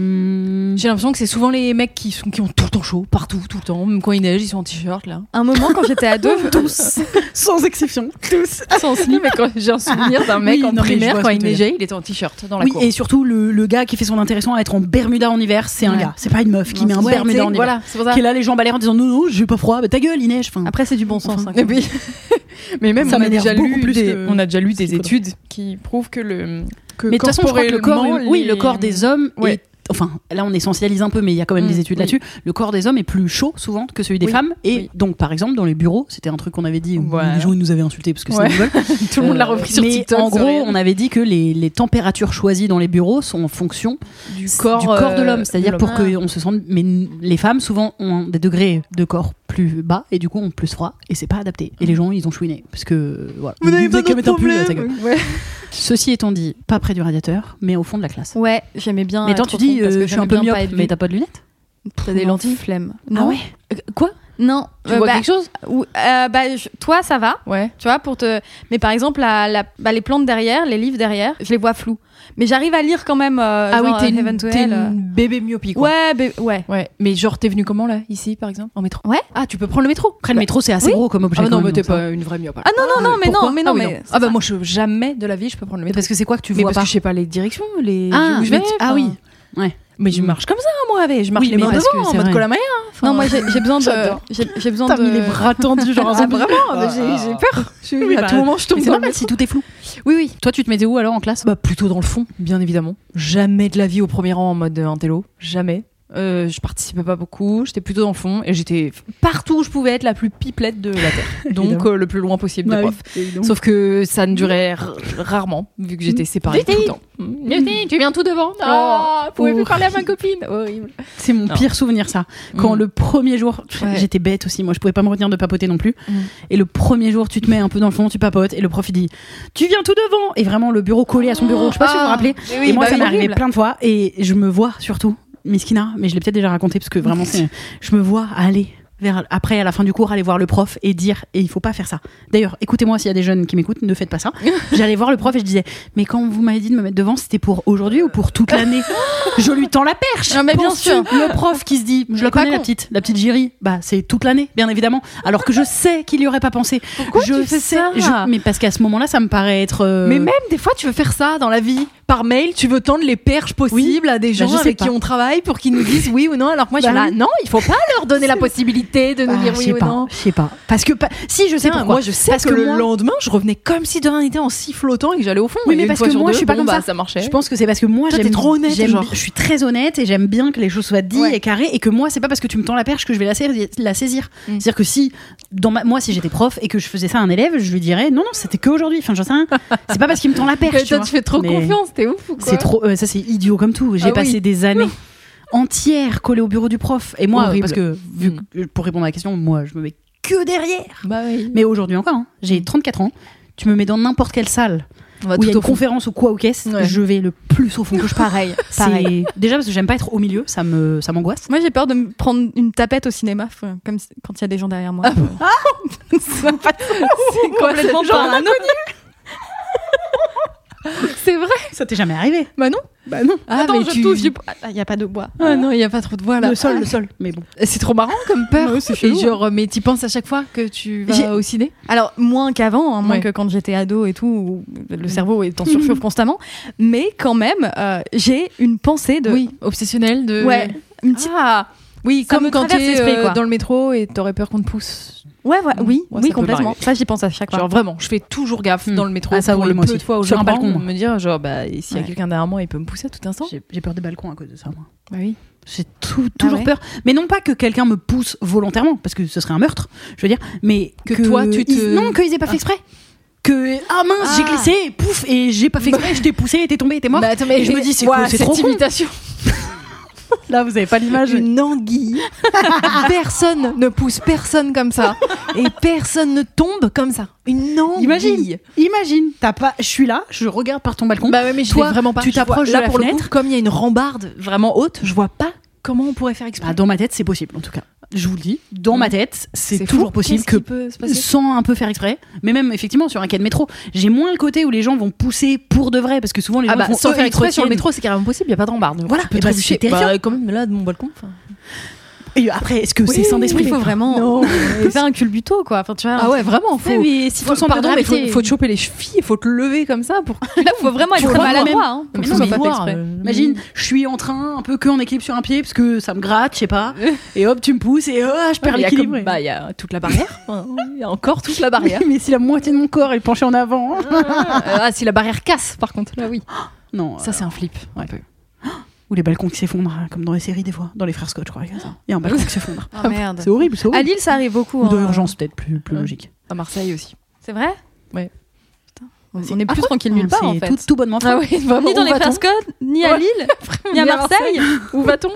S3: Mmh.
S5: J'ai l'impression que c'est souvent les mecs qui sont qui ont tout le temps chaud partout, tout le temps, même quand il neige, ils sont en t-shirt là.
S4: Un moment quand j'étais ado, je-
S3: tous, sans exception, tous.
S5: Sans slip. mais quand j'ai un souvenir d'un mec
S3: Oui,
S5: en
S3: non, mais je
S5: primaire
S3: vois
S5: quand
S3: ce que
S5: il
S3: tu veux
S5: neigeait, il était en t-shirt dans la
S3: oui,
S5: cour.
S3: et surtout le, le gars qui fait son intéressant à être en Bermuda en hiver, c'est un
S5: Ouais.
S3: gars, c'est pas une meuf qui met un
S5: Ouais,
S3: Bermuda en
S5: t'sais,
S3: hiver.
S5: Voilà, c'est pour ça.
S3: Qui est là les jambes à l'air en disant non non, j'ai pas froid, bah ta gueule, il neige. Enfin,
S4: après c'est du bon sens.
S3: Enfin, Euh,
S4: hein,
S5: Et puis- mais même
S3: Ça
S5: on a
S3: m'énerve
S5: déjà
S3: beaucoup
S5: lu
S3: plus
S5: des,
S3: que-
S5: on a déjà lu
S3: ce
S5: des
S3: qu'il faudrait.
S5: études qui prouvent que le que
S3: mais de toute façon, je crois que le corps,
S5: corporellement,
S3: oui,
S5: les-
S3: le corps des hommes
S5: Ouais.
S3: est Enfin, là, on essentialise un peu, mais il y a quand même
S5: Mm,
S3: des études
S5: oui.
S3: là-dessus. Le corps des hommes est plus chaud souvent que celui des
S5: Oui,
S3: femmes. Et
S5: oui.
S3: donc, par exemple, dans les bureaux, c'était un truc qu'on avait dit. où
S5: Voilà.
S3: Les gens ils nous avaient insultés parce que
S5: Ouais.
S3: c'était une gueule.
S5: tout le monde l'a
S3: Euh,
S5: repris sur
S3: mais
S5: TikTok.
S3: En
S5: c'est
S3: gros,
S5: réel.
S3: on avait dit que les, les températures choisies dans les bureaux sont en fonction
S5: du
S3: du
S5: corps,
S3: corps de
S5: euh,
S3: l'homme, c'est-à-dire
S5: de
S3: pour
S5: l'homme.
S3: qu'on se sente. Mais n- les femmes souvent ont des degrés de corps plus bas et du coup ont plus froid et c'est pas adapté. Et les gens ils ont chouiné parce que voilà.
S5: Vous n'avez
S3: Dès
S5: pas
S3: que
S5: de
S3: mettre un pull, là, ta gueule.
S5: problème. Ouais.
S3: euh, Ceci étant dit, pas près du radiateur, mais au fond de la classe.
S4: Ouais, j'aimais bien.
S3: mais tant
S4: être
S3: tu
S4: au fond
S3: dis,
S4: parce
S3: euh,
S4: que
S3: je suis un
S4: j'aimais
S3: peu
S4: bien pas
S3: myope,
S4: être
S3: mais
S4: vue.
S3: t'as pas de lunettes
S4: T'as des lentilles flemme.
S3: Ah
S4: Non.
S3: Euh,
S5: Quoi
S4: Non.
S5: Tu
S4: Euh,
S5: vois
S4: bah,
S5: quelque chose
S4: ou- euh, bah, je- toi ça va.
S5: Ouais.
S4: Tu vois, pour te. Mais par exemple, la- la- bah, les plantes derrière, les livres derrière, je les vois flous. Mais j'arrive à lire quand même. euh,
S5: Ah oui,
S4: genre,
S5: t'es
S4: euh, Heaven
S5: une,
S4: to
S5: t'es
S4: Hell, euh.
S5: une bébé myopie quoi.
S4: Ouais, bah, ouais.
S5: Ouais. Mais genre t'es venu comment là, ici par exemple, en métro
S4: Ouais.
S5: Ah tu peux prendre le métro.
S3: Près le métro, c'est assez
S4: Oui.
S3: gros comme objet.
S5: Ah bah
S3: quand
S5: non,
S3: même,
S5: mais t'es
S3: donc euh, ça va.
S5: pas une vraie myope.
S4: Ah non, non, non, mais
S5: Pourquoi
S4: non, mais
S5: Ah
S4: non,
S5: oui,
S4: mais.
S5: Ah bah moi je jamais de la vie je peux prendre le
S3: Mais
S5: métro.
S3: parce que c'est quoi que tu
S5: Mais
S3: vois
S5: parce
S3: pas
S5: que je sais pas les directions, les
S3: Ah,
S5: où je vais.
S3: mais tu- ah oui.
S5: Mais je
S3: Mm.
S5: marche comme ça moi avec, je marche
S3: Oui,
S5: les
S3: mais
S5: mains
S3: parce que
S5: devant en
S3: c'est
S5: mode
S3: vrai.
S5: Colomaya.
S4: Non, moi j'ai j'ai besoin de.
S5: J'adore.
S4: J'ai j'ai besoin
S3: T'as
S4: de.
S3: mis les bras tendus, genre un
S5: Ah,
S3: zombie.
S5: vraiment bah, j'ai j'ai peur. Je-
S3: Oui,
S5: à
S3: bah,
S5: tout moment je
S3: Mais
S5: tombe
S3: c'est
S5: dans
S3: pas
S5: le
S3: mal
S5: métro.
S3: si tout est flou.
S5: Oui oui.
S3: Toi, tu te mettais où alors en classe
S5: Bah plutôt dans le fond, bien évidemment. Jamais de la vie au premier rang en mode euh, intello, jamais. Euh, je participais pas beaucoup, j'étais plutôt dans le fond et j'étais partout où je pouvais être la plus pipelette de la Terre. Donc
S4: Évidemment.
S5: euh, le plus loin possible
S4: Bah
S5: de
S4: oui,
S5: prof. Sauf que ça ne durait r- rarement vu que j'étais séparée tout le temps. Lucie, tu viens tout devant. Ah,
S3: Oh,
S5: vous pouvez plus parler à ma
S3: copine. Horrible. C'est mon
S5: Non.
S3: pire souvenir, ça. Quand
S5: Mm.
S3: le premier jour, pff,
S5: Ouais.
S3: j'étais bête aussi, moi, je pouvais pas me retenir de papoter non plus.
S5: Mm.
S3: Et le premier jour, tu te mets un peu dans le fond, tu papotes, et le prof il dit Tu viens tout devant Et vraiment, le bureau collé à son bureau, je sais pas si vous vous
S5: Ah.
S3: rappelez.
S5: Mais oui,
S3: et moi,
S5: bah
S3: ça
S5: oui.
S3: m'est arrivé
S5: Horrible.
S3: plein de fois, et je me vois surtout, Miskina, mais je l'ai peut-être déjà raconté parce que vraiment, c'est. Je me vois aller. Vers, après, à la fin du cours, aller voir le prof et dire, et il faut pas faire ça. D'ailleurs, écoutez-moi s'il y a des jeunes qui m'écoutent, ne faites pas ça. J'allais voir le prof et je disais, mais quand vous m'avez dit de me mettre devant, c'était pour aujourd'hui ou pour toute l'année Je lui tends la perche.
S5: Non, mais bien
S3: Penses-tu,
S5: sûr.
S3: Le prof qui se dit, je la
S5: pas
S3: connais la
S5: con.
S3: petite, la petite Jiri, bah c'est toute l'année, bien évidemment. Alors que je sais qu'il y aurait pas pensé.
S5: Pourquoi
S3: je
S5: tu fais
S3: sais-
S5: ça
S3: je- Mais parce qu'à ce moment-là, ça me paraît être. euh,
S5: Mais même des fois, tu veux faire ça dans la vie. Par mail, tu veux tendre les perches possibles à des gens
S3: je sais
S5: avec
S3: pas.
S5: qui on travaille pour qu'ils nous disent oui Bah, ou non. Alors que moi, je
S3: Bah
S5: suis là,
S3: oui.
S5: non, il faut pas leur donner la possibilité de nous
S3: ah,
S5: dire
S3: je
S5: oui
S3: sais
S5: ou
S3: pas,
S5: non.
S3: je sais pas. Parce que pa- si, je sais
S5: Tiens,
S3: pourquoi.
S5: Moi, je sais
S3: Parce
S5: que,
S3: que
S5: le
S3: moi-
S5: lendemain, je revenais comme si de rien n'était en sifflotant et que j'allais au fond.
S3: Oui,
S5: Et
S3: mais
S5: une
S3: parce
S5: fois
S3: que
S5: sur
S3: moi,
S5: deux,
S3: je suis pas
S5: bon,
S3: comme
S5: bah,
S3: ça.
S5: ça marchait.
S3: Je pense que c'est parce que moi
S5: Toi, t'es
S3: j'aime
S5: trop honnête,
S3: j'aime-
S5: genre.
S3: Je suis très honnête et j'aime bien que les choses soient dites
S5: Ouais.
S3: et carrées et que moi c'est pas parce que tu me tends la perche que je vais la, saisi- la saisir.
S5: Mm.
S3: C'est-à-dire que si dans ma- moi si j'étais prof et que je faisais ça à un élève, je lui dirais non non, c'était qu'aujourd'hui. Enfin j'en sais rien. C'est pas parce qu'il me tend la perche. tu
S5: toi,
S3: vois.
S5: tu fais trop
S3: Mais
S5: confiance, t'es ouf ou quoi
S3: C'est trop euh, ça c'est idiot comme tout. J'ai
S5: Ah oui.
S3: passé des années entières collées au bureau du prof et moi
S5: Horrible.
S3: parce que vu
S5: Mm.
S3: que- pour répondre à la question, moi je me mets que derrière.
S5: Bah oui.
S3: Mais aujourd'hui encore, hein, j'ai 34 ans. Tu me mets dans n'importe quelle salle
S5: On va
S3: où il y a
S5: tout
S3: une
S5: au fond.
S3: conférence ou quoi ou qu'est-ce,
S5: Ouais.
S3: je vais le plus au fond que je parle.
S4: Pareil,
S3: C'est déjà parce que j'aime pas être au milieu, ça me ça m'angoisse.
S4: Moi, j'ai peur de me prendre une tapette au cinéma, faut- comme si- quand il y a des gens derrière moi.
S5: Ah C'est complètement
S4: genre
S5: par là. C'est vrai
S3: Ça t'est jamais arrivé
S5: Bah non.
S3: Bah non.
S5: Ah,
S4: Attends,
S5: mais
S4: je
S5: tu-
S4: touche, du- Ah, il y a pas de bois.
S5: Ah non, il y a pas trop de voix là.
S3: Le
S4: Bah, ah.
S3: sol, le sol. Mais bon.
S5: C'est trop marrant comme peur.
S4: Ouais, c'est
S5: et
S4: chelou,
S5: genre, mais t'y penses à chaque fois que tu
S4: J'ai-
S5: vas au ciné
S4: Alors, moins qu'avant, hein, moins
S5: Ouais. Mm.
S4: que quand j'étais ado et tout, où le cerveau est en surchauffe constamment. Mais quand même, euh, j'ai une pensée de.
S5: Oui, obsessionnel de.
S4: Ouais, une petite-
S5: Ah oui,
S4: Ça me
S5: comme quand
S4: traverse
S5: t'es
S4: l'esprit,
S5: euh,
S4: quoi.
S5: dans le métro et t'aurais peur qu'on te pousse.
S4: ouais, ouais, oui,
S5: Ouais, ça
S4: oui,
S5: peut
S4: complètement.
S5: m'arriver.
S4: Ça, j'y pense à chaque fois.
S5: Genre vraiment, je fais toujours gaffe
S3: Hmm.
S5: dans le métro
S3: Ah, ça,
S5: pour
S3: oui,
S5: le
S3: moi
S5: peu
S3: aussi.
S5: de fois où je
S3: Sur un
S5: prends,
S3: balcon, moi.
S5: me dire genre bah et s'il y a
S3: Ouais.
S5: quelqu'un derrière moi, il peut me pousser à tout instant.
S3: J'ai j'ai peur des balcons à cause de ça moi.
S5: Bah oui.
S3: J'ai tout- toujours
S5: Ah ouais
S3: peur, mais non pas que quelqu'un me pousse volontairement parce que ce serait un meurtre, je veux dire, mais que,
S5: toi, tu te-
S3: ils- non qu'ils aient pas fait exprès. Que ah mince, j'ai
S5: Ah. Bah.
S3: glissé, pouf et j'ai pas fait exprès, je t'ai poussé, t'es tombé, t'es mort.
S5: attends,
S3: Et Bah, je me dis, c'est
S5: Ouah,
S3: cool, c'est
S5: cette
S3: trop con.
S5: imitation.
S3: Là vous avez pas l'image.
S5: Une anguille. personne ne pousse personne comme ça et personne ne tombe comme ça. Une anguille.
S3: Imagine, imagine, t'as pas, je suis là, je regarde par ton balcon.
S5: Bah ouais, mais je
S3: Toi,
S5: l'ai vraiment pas.
S3: tu
S5: Je vois-
S3: t'approches de
S5: là
S3: la
S5: pour le
S3: fenêtre.
S5: coup, comme il y a une rambarde vraiment haute, je vois pas comment on pourrait faire exprès. Hmm.
S3: Bah, dans ma tête, c'est possible en tout cas. Je vous le dis, dans
S5: Mmh.
S3: ma tête, c'est toujours possible que
S5: peut se
S3: sans un peu faire exprès, mais même effectivement sur un quai de métro, j'ai moins le côté où les gens vont pousser pour de vrai parce que souvent les gens
S5: Ah bah,
S3: font
S5: sans
S3: eux,
S5: faire
S3: ils
S5: exprès sur le
S3: retiennent.
S5: métro, c'est carrément possible, il n'y a pas de rambarde.
S3: Voilà,
S5: tu peux
S3: et bah,
S5: trébucher.
S3: c'est terrifiant.
S5: Bah, quand même, là, de mon balcon. enfin.
S3: Et après, est-ce que c'est sain d'esprit
S4: Il faut vraiment euh, faire un culbuto, quoi. Enfin, tu vois,
S5: Ah ouais, vraiment, faut.
S4: Ouais, mais si
S5: faut-
S4: ton sens de
S5: pardon, mais faut,
S4: gravité-
S5: faut te choper les chevilles, faut te lever comme ça pour.
S4: Là, faut vraiment
S3: Faut
S4: être très
S3: vraiment
S4: maladroit.
S3: même-
S4: hein,
S3: Mais
S4: pour que
S3: non,
S4: ce
S3: mais
S4: soit pas fait exprès.
S5: Mhm.
S3: Imagine, je suis en train, un peu que en équilibre sur un pied parce que ça me gratte, je sais pas, et hop, tu me pousses et ah, je perds
S5: Il y a comme-
S3: l'équilibre.
S5: bah, il y a toute la barrière. hein, Il y a encore toute la barrière.
S3: mais si la moitié de mon corps est penché en avant, hein.
S5: Euh, ah, si la barrière casse, par contre, là oui.
S4: Ah,
S3: non.
S5: Ça, c'est un flip.
S3: Ouais. Ou les balcons qui s'effondrent, hein, comme dans les séries des fois, dans les frères Scott, je crois. Il y a ça. Il y a un balcon qui s'effondre.
S4: Ah merde.
S3: C'est horrible, c'est
S4: À
S3: horrible.
S4: Lille, ça arrive beaucoup.
S3: Ou dans
S4: hein.
S3: l'urgence, peut-être plus, plus
S5: Ouais.
S3: logique.
S5: À Marseille aussi.
S4: C'est vrai
S5: Ouais.
S4: Putain, Ah, on on est plus tranquille
S3: Ah, C'est
S4: nulle part, en fait.
S3: tout, tout bonnement fait.
S5: Ah oui, vraiment.
S4: Ni dans
S5: où
S4: les
S5: va-t-on
S4: frères Scott, ni à
S5: Ouais.
S4: Lille, ni
S5: Ni
S4: à
S5: à
S4: Marseille.
S5: Où va-t-on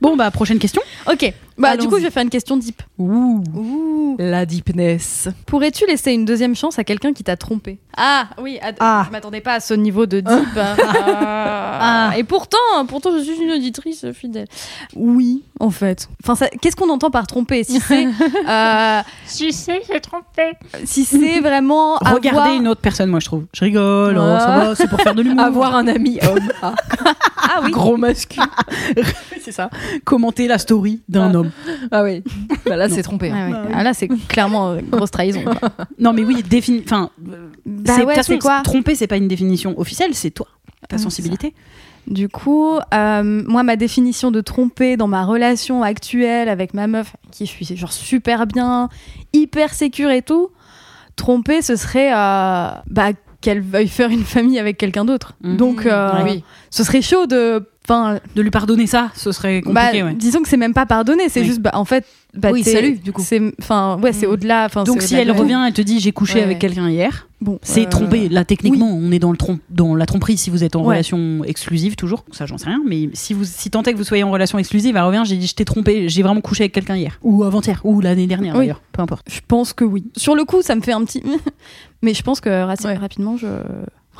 S3: Bon, bah, prochaine question.
S4: Ok, bah du coup,
S5: Allons-y.
S4: je vais faire une question deep.
S5: Ouh, la deepness.
S4: Pourrais-tu laisser une deuxième chance à quelqu'un qui t'a trompé Ah oui, ad-
S5: Ah.
S4: je m'attendais pas à ce niveau de deep. hein. Ah. Et pourtant, pourtant, je suis une auditrice fidèle. Oui, en fait. Enfin, ça- qu'est-ce qu'on entend par tromper Si c'est, euh,
S6: Si c'est, j'ai trompé.
S4: si c'est vraiment
S3: Regardez
S4: avoir-
S3: une autre personne, moi, je trouve. Je rigole, oh,
S5: Ah.
S3: ça va, c'est pour faire de l'humour.
S5: Avoir un ami homme. Ah,
S4: Ah oui.
S5: Gros masque.
S3: c'est ça. Commenter la story d'un
S5: Ah.
S3: homme.
S5: Ah oui. Bah là,
S3: Non.
S5: c'est trompé.
S4: Ah ouais. Ah là, c'est clairement euh, grosse trahison. quoi.
S3: Non, mais oui, défini. Enfin,
S4: Bah
S3: c'est- de
S4: ouais,
S3: toute façon,
S4: c'est quoi
S3: Tromper, c'est pas une définition officielle, c'est toi, ta
S4: Ah,
S3: sensibilité.
S4: Du coup, euh, moi, ma définition de tromper dans ma relation actuelle avec ma meuf, avec qui je suis genre super bien, hyper sécure et tout, tromper, ce serait euh, bah, qu'elle veuille faire une famille avec quelqu'un d'autre.
S3: Mhm.
S4: Donc, euh,
S3: Oui.
S4: ce serait chaud de. Enfin,
S3: De lui pardonner ça, ce serait
S4: bah,
S3: compliqué. ouais.
S4: disons que c'est même pas pardonné, c'est
S3: Oui.
S4: juste, bah, en fait, bah,
S3: Oui,
S4: t'es-
S3: salut, du coup.
S4: c'est- Enfin, ouais, c'est
S5: Mhm.
S4: au-delà. enfin,
S3: Donc
S4: c'est
S3: si
S4: au-delà
S3: elle
S4: de-
S3: revient, elle te dit j'ai couché
S5: Ouais.
S3: avec quelqu'un hier,
S4: bon,
S3: c'est
S4: euh,
S3: trompé. Là techniquement, on est dans le trom- dans la tromperie si vous êtes en
S4: Ouais.
S3: relation exclusive toujours. Ça j'en sais rien, mais si vous si tant est que vous soyez en relation exclusive, elle revient, j'ai dit je t'ai trompé, j'ai vraiment couché avec quelqu'un hier ou avant-hier ou l'année dernière
S4: Oui.
S3: d'ailleurs, peu importe.
S4: Je pense que oui. Sur le coup, ça me fait un petit. mais je pense que rapi-
S5: Ouais.
S4: rapidement, je.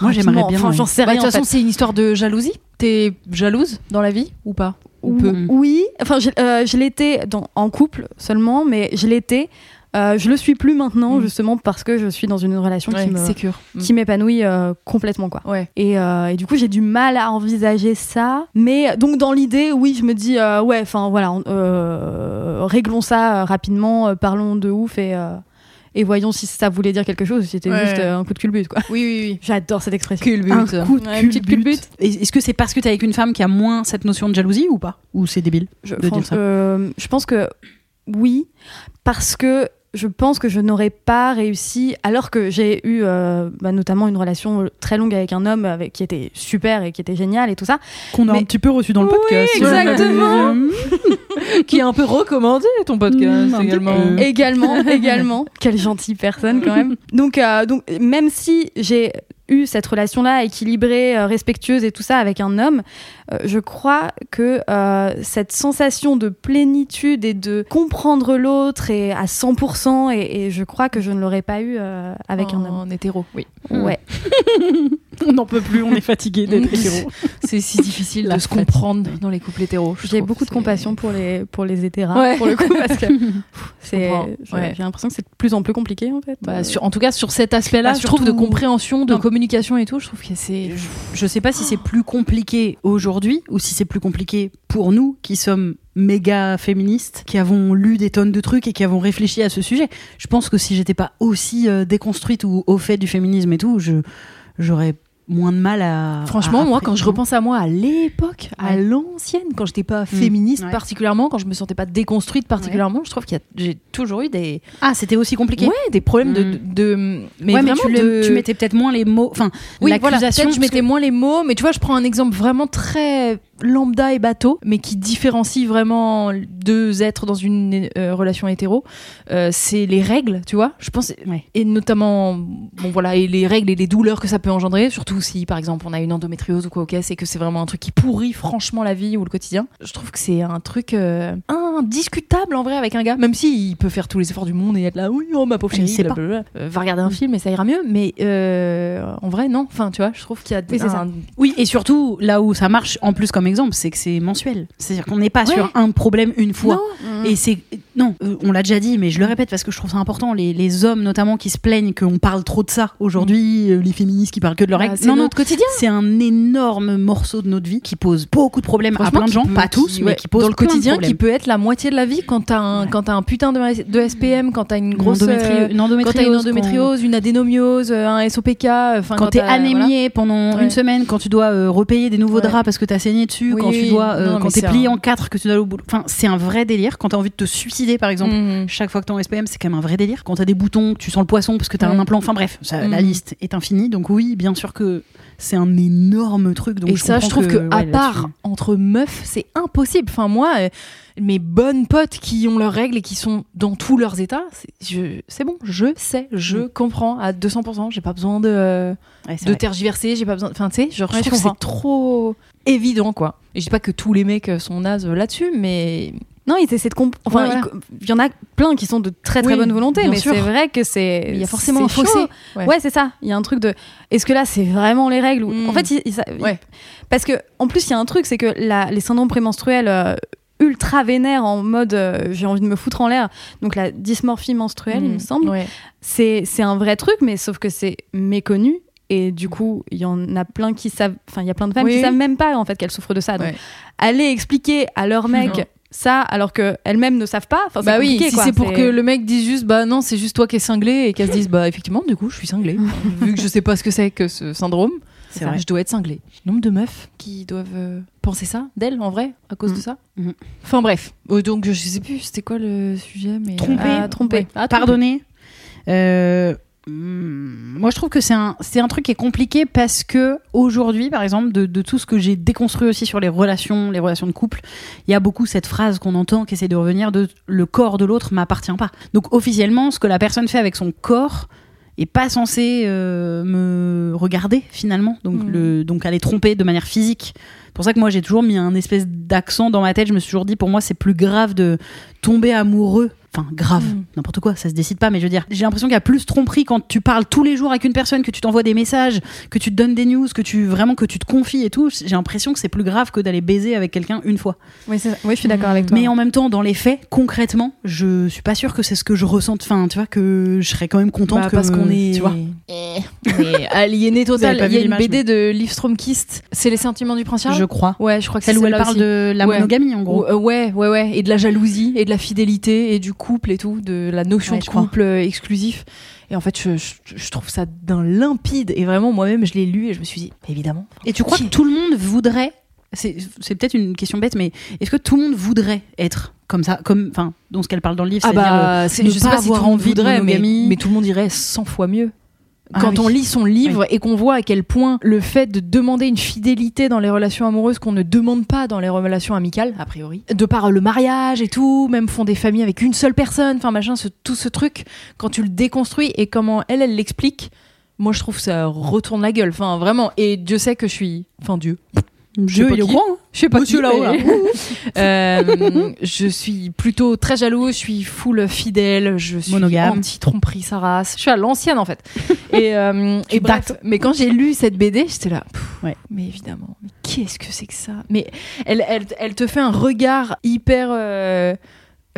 S3: Moi, j'aimerais
S4: Rapidement,
S3: bien,
S4: Enfin,
S3: ouais.
S4: j'en sais
S5: Bah, De
S4: rien.
S5: toute
S4: en
S5: façon,
S4: fait.
S5: c'est une histoire de jalousie. T'es jalouse dans la vie ou pas Ou peu
S3: Mm.
S4: Mm-hmm. Oui, enfin, je, euh, je l'étais dans- en couple seulement, mais je l'étais. Euh, je le suis plus maintenant,
S5: Mm.
S4: justement, parce que je suis dans une relation qui me-
S5: Sécure.
S4: qui m'épanouit euh, complètement, quoi.
S5: Mm. Ouais.
S4: Et, euh, et du coup, j'ai du mal à envisager ça. Mais donc, dans l'idée, oui, je me dis, euh, ouais, enfin voilà, on- euh, réglons ça euh, rapidement, euh, parlons de ouf et, euh, et voyons si ça voulait dire quelque chose ou si c'était
S5: Ouais.
S4: juste euh, un coup de culbute, quoi.
S5: Oui, oui, oui.
S4: J'adore cette expression.
S5: Culbute.
S4: Un coup de
S5: Ouais, une petite culbute.
S3: Et- Est-ce que c'est parce que t'es avec une femme qui a moins cette notion de jalousie ou pas Ou c'est débile
S4: Je,
S3: de
S4: franch-
S3: dire ça
S4: euh, je pense que oui, parce que je pense que je n'aurais pas réussi, alors que j'ai eu euh, bah, notamment une relation très longue avec un homme avec, qui était super et qui était génial et tout ça.
S3: Qu'on a
S4: mais-
S3: un petit peu reçu dans le
S4: Oui,
S3: podcast.
S4: exactement.
S5: Qui est un peu recommandé ton
S3: Mm, un petit peu.
S4: Également, également. Quelle gentille personne quand même. Donc, euh, donc même si j'ai eu cette relation-là équilibrée, euh, respectueuse et tout ça avec un homme, euh, je crois que euh, cette sensation de plénitude et de comprendre l'autre et à 100%, et, et je crois que je ne l'aurais pas eu euh, avec un homme.
S5: En hétéro, oui.
S4: Ouais.
S3: on n'en peut plus, on est fatigué d'être hétéro.
S5: C'est si difficile
S4: La
S5: de se comprendre dans les couples hétéros. je
S4: J'ai
S5: trouve.
S4: beaucoup de
S5: C'est-
S4: compassion pour les, pour les hétéras,
S5: Ouais.
S4: pour le coup, parce que pff, c'est-
S5: comprends,
S4: je-
S5: ouais.
S4: j'ai l'impression que c'est de plus en plus compliqué, en fait.
S5: Bah, sur- en tout cas, sur cet aspect-là,
S3: Bah,
S5: je trouve de
S3: surtout-
S5: compréhension, de
S3: Non.
S5: communication et tout, je trouve que c'est.
S3: Je- Je sais pas si c'est plus compliqué aujourd'hui ou si c'est plus compliqué pour nous qui sommes méga féministes, qui avons lu des tonnes de trucs et qui avons réfléchi à ce sujet. Je pense que si j'étais pas aussi euh, déconstruite ou au fait du féminisme et tout, je j'aurais moins de mal à.
S5: Franchement,
S3: à
S5: moi, quand je
S3: appréhender.
S5: repense à moi à l'époque, à
S3: Ah, Ouais. Mm.
S5: l'ancienne, quand j'étais pas féministe
S3: Ouais.
S5: particulièrement, quand je me sentais pas déconstruite particulièrement, je trouve qu'il y a, j'ai toujours eu des,
S3: Ah, c'était aussi compliqué.
S5: ouais, des problèmes de,
S3: Mm.
S5: de, de- mais
S3: Ouais, mais
S5: vraiment
S3: tu,
S5: de-
S3: le- tu mettais peut-être moins les mots. Enfin,
S5: oui, voilà,
S3: l'accusation.
S5: peut-être je
S3: parce que-
S5: mettais moins les mots, mais tu vois, je prends un exemple vraiment très lambda et bateau, mais qui différencie vraiment deux êtres dans une euh, relation hétéro. Euh, c'est les règles, tu vois. Je pense
S3: Ouais.
S5: et notamment bon voilà et les règles et les douleurs que ça peut engendrer surtout si par exemple on a une endométriose ou quoi ok c'est que c'est vraiment un truc qui pourrit franchement la vie ou le quotidien je trouve que c'est un truc euh, indiscutable en vrai avec un gars même si il peut faire tous les efforts du monde et être là oui oh ma pauvre
S3: Mais il
S5: chérie
S3: sait pas.
S5: blablabla. Euh, va regarder un film et ça ira mieux mais euh, en vrai non enfin tu vois je trouve qu'il y a
S4: Oui, c'est ça.
S3: Oui, et surtout, là où ça marche en plus comme exemple, c'est que c'est mensuel. C'est-à-dire qu'on n'est pas
S5: Ouais.
S3: sur un problème une fois.
S5: Non.
S3: Et c'est. Non, euh, on l'a déjà dit, mais je le répète parce que je trouve ça important. Les, les hommes, notamment, qui se plaignent qu'on parle trop de ça aujourd'hui, euh, les féministes qui parlent que de leur
S5: Bah,
S3: règles.
S5: c'est
S3: non, non.
S5: notre quotidien
S3: C'est un énorme morceau de notre vie qui pose beaucoup de problèmes à
S5: Franchement,
S3: plein de
S5: qui
S3: gens,
S5: peut-
S3: pas tous,
S5: qui-
S3: mais
S5: ouais,
S3: qui pose
S5: dans le
S3: plein de
S5: quotidien, qui
S3: problèmes.
S5: peut être la moitié de la vie quand t'as un, quand t'as un putain de, de SPM, quand t'as une grosse euh,
S3: Endométri- une
S5: quand t'as une
S3: endométriose,
S5: endométriose, une adénomiose, euh, un SOPK, enfin
S3: quand, t'es
S5: t'as- voilà.
S3: anémié pendant
S5: Ouais.
S3: une semaine, quand tu dois euh, repayer des nouveaux
S5: Ouais.
S3: draps parce que t'as saigné dessus,
S5: Oui,
S3: quand tu
S5: oui.
S3: dois, euh,
S5: Non, mais
S3: quand t'es
S5: c'est
S3: plié
S5: un-
S3: en quatre, que tu dois aller au boulot. Enfin, c'est un vrai délire. Quand t'as envie de te suicider, par exemple,
S5: Mhm.
S3: chaque fois que t'es en SPM, c'est quand même un vrai délire. Quand t'as des boutons, que tu sens le poisson parce que t'as
S5: Ouais.
S3: un implant. Enfin bref, ça- la
S5: Mhm.
S3: liste est infinie. Donc oui, bien sûr que c'est un énorme truc. Donc
S5: et ça, je
S3: comprends
S5: trouve que, à
S3: ouais,
S5: part entre meufs, c'est impossible. Enfin, moi, euh, mes bonnes potes qui ont leurs règles et qui sont dans tous leurs états, c'est je- c'est bon, je sais, je comprends à 200%. J'ai pas besoin de, euh,
S3: là-dessus- ouais, c'est
S5: de
S3: vrai.
S5: tergiverser, j'ai pas besoin. Enfin, tu sais, genre,
S3: Ouais,
S5: je
S3: je
S5: trouve que c'est
S3: comprends.
S5: trop évident, quoi. Et je dis pas que tous les mecs euh, sont nazes là-dessus, mais
S4: Non, ils essaient de comprendre. Enfin,
S5: Ouais,
S4: ils
S5: voilà.
S4: co- il y en a plein qui sont de très très
S5: Oui,
S4: bonne volonté,
S5: bien
S4: mais
S5: sûr.
S4: c'est vrai que c'est.
S5: il y a forcément
S4: c'est
S5: un fossé.
S4: chaud.
S5: Ouais.
S4: Ouais, c'est ça. Il y a un truc de. Est-ce que là, c'est vraiment les règles ou-
S5: Mm.
S4: En fait, ils- ils- ça-
S5: Ouais.
S4: parce que en plus, il y a un truc, c'est que la- les syndromes prémenstruels. euh, ultra vénères en mode euh, j'ai envie de me foutre en l'air donc la dysmorphie menstruelle il me
S5: Mm.
S4: semble
S5: Ouais.
S4: c'est c'est un vrai truc mais sauf que c'est méconnu et du coup il y en a plein qui savent enfin il y a plein de femmes
S5: Mm. Oui.
S4: qui savent même pas en fait qu'elles souffrent de ça donc
S5: Ouais. Mm.
S4: aller expliquer à leur mec
S5: Non.
S4: ça alors que elles-mêmes ne savent pas enfin Oh, c'est
S5: Bah oui,
S4: compliqué,
S5: si
S4: quoi.
S5: c'est pour que le mec dise juste bah non, c'est juste toi qui es cinglé et qu'elle se dise bah effectivement, du coup, je suis cinglé vu que je sais pas ce que c'est que ce syndrome,
S3: C'est vrai.
S5: je dois être cinglé. Nombre de meufs qui doivent euh, penser ça d'elles en vrai à cause
S3: Mhm.
S5: de ça.
S3: Mhm.
S5: Enfin bref, Euh, donc je sais plus c'était quoi le sujet mais euh,
S3: Tromper.
S5: Ah, tromper.
S4: Ah,
S5: Ah, tromper.
S3: Pardonner. Euh, Hmm, Moi, je trouve que c'est un, c'est un truc qui est compliqué parce que aujourd'hui, par exemple, de, de tout ce que j'ai déconstruit aussi sur les relations, les relations de couple, il y a beaucoup cette phrase qu'on entend qui essaie de revenir de le corps de l'autre m'appartient pas. Donc officiellement, ce que la personne fait avec son corps est pas censé euh, me regarder finalement, donc
S4: Mhm.
S3: le, donc aller tromper de manière physique. C'est Pour ça que moi j'ai toujours mis un espèce d'accent dans ma tête. Je me suis toujours dit pour moi c'est plus grave de tomber amoureux. Enfin, grave,
S4: Mhm.
S3: n'importe quoi, ça se décide pas, mais je veux dire, j'ai l'impression qu'il y a plus de tromperie quand tu parles tous les jours avec une personne, que tu t'envoies des messages, que tu te donnes des news, que tu vraiment que tu te confies et tout. J'ai l'impression que c'est plus grave que d'aller baiser avec quelqu'un une fois.
S4: Oui, c'est ça. Oui, je suis d'accord avec toi.
S3: Mais en même temps, dans les faits, concrètement, je suis pas sûre que c'est ce que je ressens. Enfin, tu vois, que je serais quand même contente
S5: Bah,
S3: que-
S5: parce qu'on est
S3: Tu vois.
S5: Eh, on est aliéné total.
S3: Vous avez pas
S5: Il y a
S3: vu
S5: une
S3: l'image,
S5: BD de Liv Stromkist, c'est les sentiments du prince Charles.
S3: Je crois.
S5: Ouais, je crois que c'est
S3: Celle où elle
S5: celle-là
S3: parle
S5: aussi.
S3: de la
S5: Ouais.
S3: monogamie, en gros.
S5: Ou- euh, ouais, ouais, ouais, et de la jalousie, et de la fidélité, et du couple, et tout, de la notion
S3: Ouais,
S5: de
S3: je crois.
S5: couple euh, exclusif. Et en fait, je, je- je trouve ça d'un limpide. Et vraiment, moi-même, je l'ai lu et je me suis dit, évidemment.
S3: Et tu crois que tout le monde voudrait c'est c'est peut-être une question bête, mais est-ce que tout le monde voudrait être comme ça, comme, enfin, dans ce qu'elle parle dans le livre,
S5: Ah
S3: c'est-à-dire, euh,
S5: bah, c'est-
S3: ne
S5: je sais
S3: pas
S5: pas si tout le
S3: avoir
S5: monde
S3: envie de
S5: voudrait, mais,
S3: monogamie.
S5: mais tout le monde irait 100 fois mieux.
S3: Ah
S5: Quand
S3: oui.
S5: on lit son livre et qu'on voit à quel point le fait de demander une fidélité dans les relations amoureuses qu'on ne demande pas dans les relations amicales, a priori, de par le mariage et tout, même font des familles avec une seule personne, enfin machin, ce- tout ce truc, quand tu le déconstruis et comment elle, elle l'explique, moi je trouve ça retourne la gueule, enfin vraiment. Et Dieu sait que je suis, enfin Dieu,
S3: Dieu,
S5: pas
S3: il est
S5: qui.
S3: grand, hein.
S5: je sais pas
S3: Monsieur
S5: qui,
S3: là-haut,
S5: mais- Euh, je suis plutôt très jalouse, je suis full fidèle, je suis
S3: Monogame.
S5: anti-tromperie, sa race. Je suis à l'ancienne en fait. et euh,
S3: Tu
S5: et bref,
S3: dates.
S5: mais quand j'ai lu cette BD, j'étais là. pff,
S3: Ouais.
S5: Mais évidemment, mais qu'est-ce que c'est que ça Mais elle, elle, elle te fait un regard hyper euh,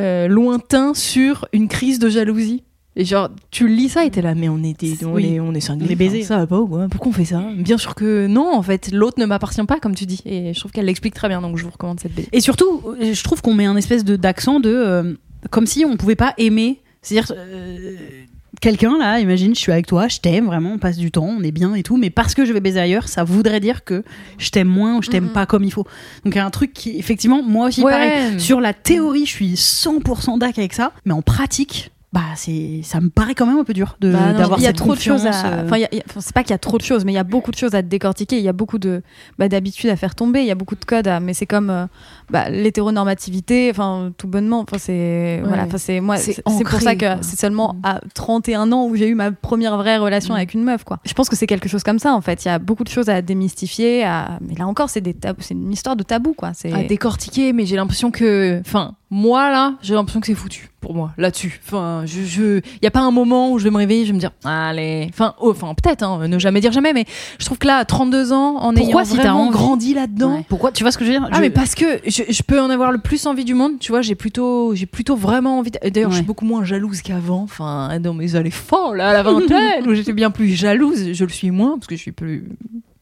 S5: euh, lointain sur une crise de jalousie. Et genre, tu lis ça et t'es là, mais on est, des, on,
S3: Oui.
S5: est on est cinglés,
S3: On est baisés.
S5: enfin, Ça va pas ou quoi Pourquoi on fait ça Bien sûr que non, en fait, l'autre ne m'appartient pas, comme tu dis. Et je trouve qu'elle l'explique très bien, donc je vous recommande cette BD.
S3: Et surtout, euh, je trouve qu'on met un espèce de d'accent de euh, comme si on pouvait pas aimer. C'est-à-dire euh, quelqu'un là, imagine, je suis avec toi, je t'aime vraiment, on passe du temps, on est bien et tout, mais parce que je vais baiser ailleurs, ça voudrait dire que je t'aime moins ou je t'aime
S4: Mhm.
S3: pas comme il faut. Donc il y a un truc qui, effectivement, moi aussi,
S5: Ouais.
S3: pareil. Sur la théorie, je suis 100% d'ac avec ça, mais en pratique. Bah, c'est, ça me paraît quand même un peu dur de,
S4: Bah non,
S3: Euh, d'avoir
S4: il y a
S3: cette
S4: trop de choses à-
S3: confiance, euh,
S4: enfin, il y a- il y a- enfin, c'est pas qu'il y a trop de choses, mais il y a beaucoup de choses à décortiquer. Il y a beaucoup de bah, d'habitudes à faire tomber. Il y a beaucoup de codes, à- mais c'est comme euh, bah, l'hétéronormativité, enfin tout bonnement. Enfin c'est voilà, enfin c'est moi,
S5: C'est
S4: c'est c'est pour
S5: ancré,
S4: ça que
S5: quoi.
S4: c'est seulement à 31 ans où j'ai eu ma première vraie relation
S5: Mm.
S4: avec une meuf quoi. Je pense que c'est quelque chose comme ça en fait. Il y a beaucoup de choses à démystifier. À... Mais là encore, c'est des tabous- c'est une histoire de tabou quoi. C'est
S5: à décortiquer, mais j'ai l'impression que, enfin, moi là, j'ai l'impression que c'est foutu pour moi là-dessus. Enfin, je, je, y a pas un moment où je vais me réveiller, je vais me dire, allez, enfin, oh, enfin, peut-être, hein, ne jamais dire jamais, mais je trouve que là, à 32 ans, en
S3: Pourquoi,
S5: ayant
S3: si t'as
S5: vraiment
S3: envie
S5: grandi là-dedans.
S3: ouais. Pourquoi Tu vois ce que je veux dire
S5: Ah
S3: Je-
S5: mais parce que je, je peux en avoir le plus envie du monde, tu vois, j'ai plutôt j'ai plutôt vraiment envie de- et d'ailleurs je
S3: Ouais.
S5: suis beaucoup moins jalouse qu'avant, enfin non mais allez folle à la vingtaine où j'étais bien plus jalouse, je le suis moins parce que je suis plus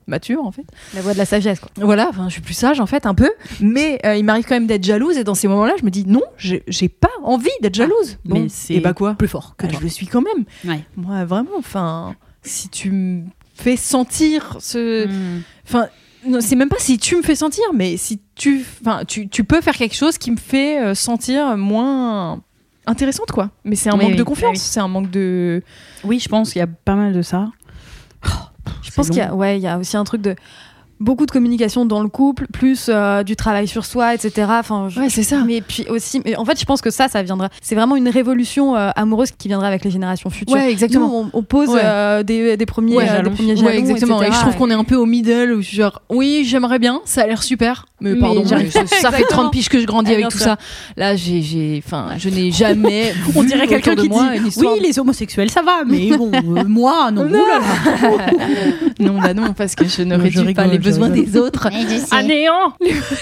S5: mature en fait.
S4: la voie de la sagesse quoi.
S5: Voilà, enfin, je suis plus sage en fait un peu, mais euh, il m'arrive quand même d'être jalouse et dans ces moments-là, je me dis non, j'ai j'ai pas envie d'être jalouse.
S3: Ah, mais
S5: Bon,
S3: c'est
S5: et bah quoi
S3: plus fort que
S5: Ah,
S3: toi.
S5: Je le suis quand même.
S3: Ouais.
S5: Moi vraiment, enfin, si tu me fais sentir ce,
S3: Mm.
S5: enfin, non, c'est même pas si tu me fais sentir, mais si tu, enfin, tu, tu peux faire quelque chose qui me fait euh, sentir moins intéressante quoi. Mais c'est un
S3: Oui,
S5: manque
S3: oui,
S5: de
S3: oui,
S5: confiance,
S3: oui.
S5: c'est un manque de.
S3: Oui, je pense qu'il y a pas mal de ça.
S4: Je pense qu'il y, a- ouais, il y a aussi un truc de beaucoup de communication dans le couple, plus euh, du travail sur soi, etc. Enfin, je-
S5: c'est ça.
S4: Mais puis aussi, mais en fait, je pense que ça, ça viendra. C'est vraiment une révolution euh, amoureuse qui viendra avec les générations futures.
S5: Ouais,
S4: Nous,
S5: exactement.
S4: on, on pose
S5: Ouais.
S4: euh, des, des premiers,
S5: Ouais,
S4: euh,
S3: jalons.
S4: des premiers
S3: Ouais,
S4: jalons,
S5: ouais, exactement.
S4: etc.
S5: Et je trouve qu'on est un peu au middle où je suis genre, oui, j'aimerais bien, ça a l'air super, mais
S3: Mais
S5: pardon,
S3: j'arrive
S5: je- ça fait 30 piges que je grandis
S4: Ah,
S5: avec
S4: bien
S5: tout
S4: sûr.
S5: ça. Là, j'ai, j'ai, enfin, je n'ai jamais.
S3: On
S5: vu
S3: dirait
S5: autour
S3: quelqu'un
S5: de
S3: qui
S5: moi
S3: dit
S5: une
S3: oui
S5: histoire
S3: les homosexuels ça va mais bon euh, moi non, oulala.
S5: non, bah non, parce que je ne
S3: Non, je
S5: réduis pas
S3: rigole,
S5: les
S3: je
S5: besoins
S3: rigole.
S5: des autres.
S6: À néant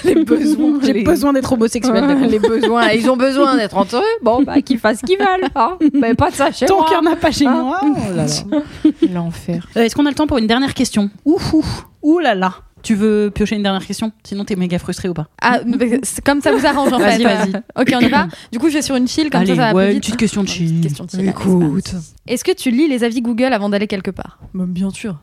S5: les besoins.
S3: j'ai
S5: les-
S3: besoin d'être homosexuel d'accord.
S5: les besoins, ils ont besoin d'être entre eux. Bon, bah qu'ils fassent ce qu'ils veulent, hein. mais pas de ça chez
S3: tant
S5: moi.
S3: qu'il n'y en a pas chez
S5: Ah.
S3: moi oh là là.
S5: L'enfer.
S3: Euh, est-ce qu'on a le temps pour une dernière question ouf ouf ouh là là tu veux piocher une dernière question sinon t'es méga frustré ou pas
S4: Ah, mais c'est comme ça vous arrange en
S3: Vas-y,
S4: fait.
S3: vas-y.
S4: Ok, on y va. Du coup, je vais sur une file comme
S3: Allez,
S4: ça, ça va
S3: hein. ouais, une
S4: plus vite.
S3: petite question de
S4: Une petite
S3: chill.
S4: question de chill, allez, c'est pas grave. Est-ce que tu lis les avis Google avant d'aller quelque part
S5: bien sûr.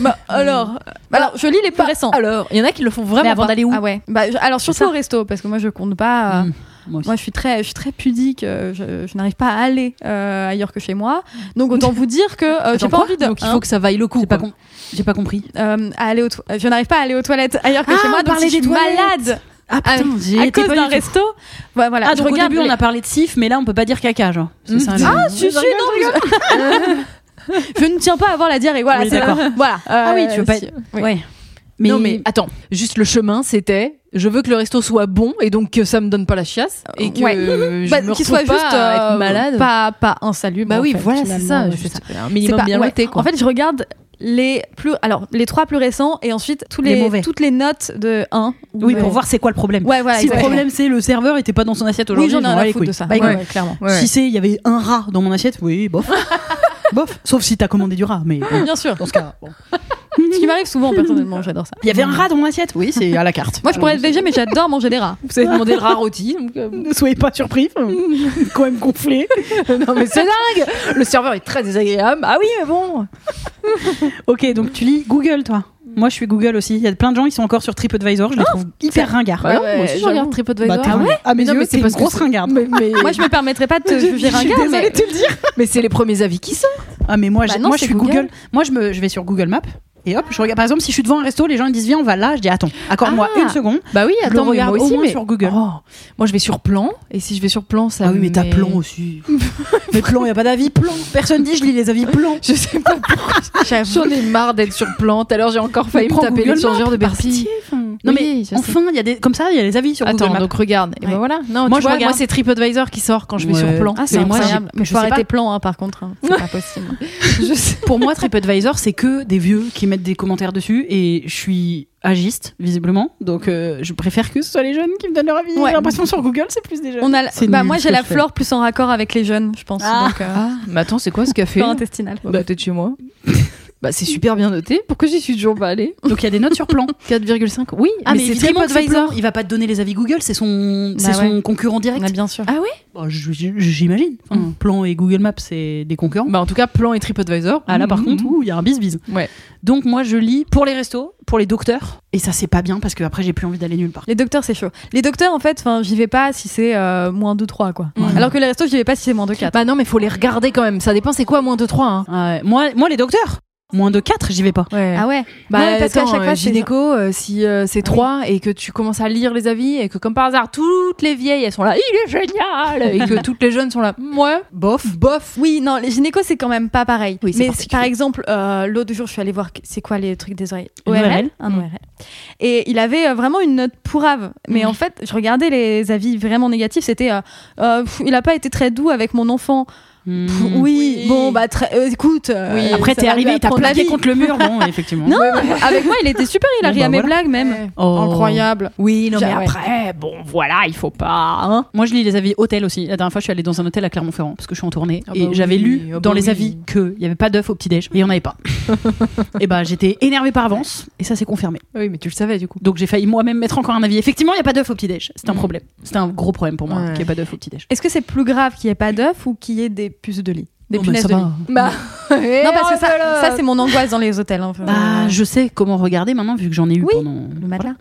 S5: bah alors,
S4: Alors, je lis les plus
S5: bah,
S4: récents.
S5: alors, il y en a qui le font vraiment.
S3: mais avant
S5: pas.
S3: d'aller où
S4: Ah ouais. Bah, je- alors surtout
S3: ça.
S4: au resto parce que moi je compte pas. euh,
S3: Mm. Moi aussi.
S4: Moi, je suis très, je suis très pudique. euh, Je, je n'arrive pas à aller euh, ailleurs que chez moi. Donc, autant vous dire que euh, j'ai
S3: Attends,
S4: pas
S3: quoi
S4: envie de.
S3: Donc il
S4: hein,
S3: faut que ça vaille le coup.
S4: J'ai pas
S3: quoi. J'ai pas compris.
S4: euh, à aller aux to- je n'arrive pas à aller aux toilettes ailleurs que
S3: Ah,
S4: chez moi.
S3: on
S4: Donc,
S3: parlait
S4: si je
S3: des
S4: suis malade
S3: Ah
S4: putain,
S3: j'ai
S4: à cause d'un resto, voilà, voilà.
S3: Ah
S4: je
S3: donc au
S4: regarde
S3: début on
S4: les-
S3: a parlé de sif, mais Mm. là on peut pas dire caca genre. C'est ça. le-
S4: Ah, si, si, non, je... je ne tiens pas à avoir la diarrhée. Voilà,
S3: Oui,
S4: c'est-
S3: d'accord.
S4: Voilà.
S5: Ah oui, tu veux pas
S4: si-
S5: être-
S4: oui.
S3: Ouais. Mais,
S5: Non mais attends, juste le chemin c'était je veux que le resto soit bon et donc que ça me donne pas la chiasse et que
S4: Ouais.
S5: euh, je
S4: Bah,
S5: me
S4: qu'il
S5: retrouve
S4: soit
S5: pas
S4: juste
S5: à
S4: euh,
S5: être malade.
S4: Pas, pas insalubre.
S5: bah
S4: en
S5: oui,
S4: fait,
S5: voilà, c'est
S4: finalement,
S5: ça,
S4: ouais,
S5: juste
S4: c'est
S5: un
S4: C'est
S5: minimum
S4: pas-
S5: bien
S4: ouais.
S5: noté quoi.
S4: En fait, je regarde les plus alors les trois plus récents et ensuite tous
S3: Les
S4: les,
S3: mauvais.
S4: toutes les notes de 1
S3: Oui, pour voir c'est quoi le problème.
S4: Ouais, voilà,
S3: si le
S4: exactement.
S3: problème c'est le serveur était pas dans son assiette
S4: Oui,
S3: aujourd'hui,
S4: j'en ai
S3: je m'en
S4: rien
S3: bats les
S4: à foutre
S3: couilles. Bah,
S4: de ça.
S5: Bah,
S3: Bye,
S4: Ouais,
S3: quoi.
S4: ouais, clairement.
S5: Ouais, ouais.
S3: Si c'est il y avait un rat dans mon assiette, oui, bof. bof, sauf si t'as commandé du rat, mais bon,
S4: Bien sûr.
S3: dans ce cas, bon.
S4: Ce qui m'arrive souvent personnellement, j'adore ça.
S3: Il y avait un rat dans mon assiette, oui, c'est à la carte.
S4: Moi, je pourrais être végé, mais j'adore manger des rats.
S5: vous avez demandé le rat rôti. donc, euh,
S3: Ne soyez pas surpris, enfin, quand même gonflé.
S5: non mais c'est dingue. Le serveur est très désagréable. Ah oui, mais bon.
S3: Ok, donc tu lis Google, toi. Moi, je suis Google aussi. Il y a plein de gens qui sont encore sur TripAdvisor. Je les trouve hyper ringards.
S5: Oh, Ouais,
S3: moi aussi,
S5: je regarde
S3: j'avoue.
S5: TripAdvisor.
S3: Bah, t'es ringard. Ah, mes
S5: Non,
S3: yeux,
S5: mais c'est
S3: t'es une
S5: parce que
S3: grosse
S5: c'est-
S3: ringarde.
S5: Mais, mais-
S4: Moi, je me permettrais pas de te juger
S3: Je suis
S4: ringard,
S3: désolée
S4: mais
S3: de te le dire.
S5: mais c'est les premiers avis qui sortent.
S3: Ah, mais moi,
S5: Bah
S3: j'ai-
S5: non,
S3: moi je
S5: c'est
S3: suis Google.
S5: Google.
S3: Moi, je, me, je vais sur Google Maps. Et hop, je regarde. Par exemple, si je suis devant un resto, les gens ils disent viens, on va là. Je dis attends, accorde-moi
S5: Ah.
S3: une seconde.
S5: Bah oui,
S3: Je le
S5: attends, mais
S3: regarde
S5: moi
S3: au
S5: aussi,
S3: moins
S5: mais-
S3: sur Google.
S5: Oh, moi, je vais sur plan, et si je vais sur plan, ça.
S3: Ah oui, mais t'as
S5: met-
S3: plan aussi. mais plan, y a pas d'avis plan. Personne dit je lis les avis plan.
S5: Je sais pas pourquoi. J'en ai marre d'être sur plan. Tout à l'heure, j'ai encore failli me
S3: Prends
S5: taper
S3: Google
S5: les changeurs de
S3: Maps, par
S5: Bercy.
S3: pitié, enfin. Non
S5: Oui, je
S3: mais enfin, il y a des comme ça, il y a les avis sur
S5: Attends,
S3: Google Maps.
S5: donc regarde. Et ben
S3: Ouais.
S5: voilà. Non,
S3: Moi,
S5: moi,
S3: je
S5: vois, moi
S3: regarde.
S5: c'est TripAdvisor qui sort quand je vais
S3: Ouais.
S5: sur plan.
S4: Ah, c'est
S5: Mais moi,
S4: incroyable.
S5: j'ai-
S4: Mais
S5: je
S4: faut
S5: sais
S4: arrêter
S5: pas.
S4: plan, hein, par contre. hein. C'est pas possible.
S5: Je sais-
S3: Pour moi, TripAdvisor, c'est que des vieux qui mettent des commentaires dessus et je suis agiste, visiblement. Donc, euh, je préfère que ce soit les jeunes qui me donnent leur avis.
S4: Ouais.
S3: J'ai l'impression sur Google, c'est plus des jeunes.
S4: On a, la-
S3: C'est
S4: bah,
S3: nul,
S4: moi,
S3: ce
S4: j'ai
S3: que
S4: la
S3: je fais.
S4: flore plus en raccord avec les jeunes, je pense.
S3: Ah.
S4: donc, euh,
S5: Ah, mais attends, c'est quoi ce café
S4: flore
S5: là
S4: intestinale.
S5: Bah, Peut-être chez moi. Bah, c'est super bien noté. Pourquoi j'y suis toujours pas allée
S3: Donc, il y a des notes sur plan.
S5: 4,5. Oui,
S3: Ah, mais,
S5: c'est
S3: évidemment que c'est
S5: TripAdvisor.
S3: Plan. Il va pas te donner les avis Google, c'est son, c'est
S4: Bah
S3: son concurrent
S4: Ah,
S3: direct.
S4: bien sûr.
S5: Ah ouais
S3: Bah, j- j- J'imagine. Enfin,
S5: Mm.
S3: Plan et Google Maps, c'est des concurrents.
S5: Bah, en tout cas, plan et TripAdvisor.
S3: Ah là par
S5: Mhm.
S3: contre, ouh, il y a un bis-bis.
S5: Ouais.
S3: Donc moi je lis pour les restos, pour les docteurs, et ça c'est pas bien parce que après j'ai plus envie d'aller nulle part.
S4: Les docteurs, c'est chaud. Les docteurs, en fait, enfin, j'y vais pas si c'est euh, moins 2-3, quoi.
S5: Ouais.
S4: Alors que les restos, j'y vais pas si c'est moins 2-4.
S5: Bah non, mais faut les regarder quand même. Ça dépend, c'est quoi moins de 3 hein.
S3: Ah ouais. moi, moi les docteurs, moins de 4 j'y vais pas.
S5: Ouais.
S4: Ah ouais
S5: Bah
S4: Non, mais parce
S5: attends,
S4: qu'à chaque
S5: euh,
S4: fois, c'est genre-
S5: gynéco, euh, si euh, c'est 3 et que tu commences à lire les avis et que comme par hasard toutes les vieilles elles sont là, il est génial et que toutes les jeunes sont là, ouais, bof, bof.
S4: Oui, non, les gynécos, c'est quand même pas pareil.
S5: Oui, c'est
S4: mais
S5: particulier.
S4: par exemple, euh, l'autre jour, je suis allée voir, c'est quoi les trucs des oreilles
S3: Une ORL.
S4: Un
S5: Mm.
S4: ORL. Et il avait euh, vraiment une note pourrave. Mais
S5: Mm.
S4: en fait, je regardais les avis vraiment négatifs. C'était, euh, euh, pff, il a pas été très doux avec mon enfant.
S3: Hmm.
S4: Pff, oui,
S5: Mm. Oui.
S4: bon, bah, très- euh, écoute. euh,
S5: Oui,
S3: Après
S4: ça
S3: t'es
S4: va
S3: arrivé,
S4: lui
S3: il t'a
S4: apprendre la
S3: plaqué
S4: vie.
S3: contre le mur, bon effectivement.
S4: Non, avec moi, il était super. Il a
S3: Bon,
S4: ri
S3: bah,
S4: à mes
S3: voilà.
S4: blagues, même.
S3: Oh.
S4: Incroyable.
S5: Oui, non
S4: J'ai-
S5: mais
S4: ouais.
S5: après, bon voilà, il faut pas. hein.
S3: Moi je lis les avis hôtel aussi. La dernière fois je suis allée dans un hôtel à Clermont-Ferrand parce que je suis en tournée
S5: Ah
S3: et
S5: bah
S3: j'avais
S5: oui,
S3: lu
S5: ah
S3: dans
S5: bah
S3: les
S5: oui.
S3: avis qu'il y avait pas d'œufs au petit-déj et il y en avait pas. et bah j'étais énervée par avance et ça s'est confirmé.
S5: Ah Oui, mais tu le savais du coup. Mm.
S3: Donc j'ai failli moi-même mettre encore un avis. Effectivement, il y a pas d'œufs au petit-déj. C'est un problème. C'est un gros problème pour moi
S5: Ouais.
S3: qu'il y ait pas d'œufs au petit-déj.
S4: Est-ce que c'est plus grave qu'il y ait pas d'œufs ou qu'il y ait des puces de lit Des
S3: Non, mais
S4: punaises
S3: Oh, ça
S4: de lit
S3: va.
S5: Bah
S4: Non, parce que ça, ça, c'est mon angoisse dans les hôtels. hein.
S3: Bah, je sais comment regarder maintenant vu que j'en ai eu
S4: Oui.
S3: pendant.
S4: Le matelas.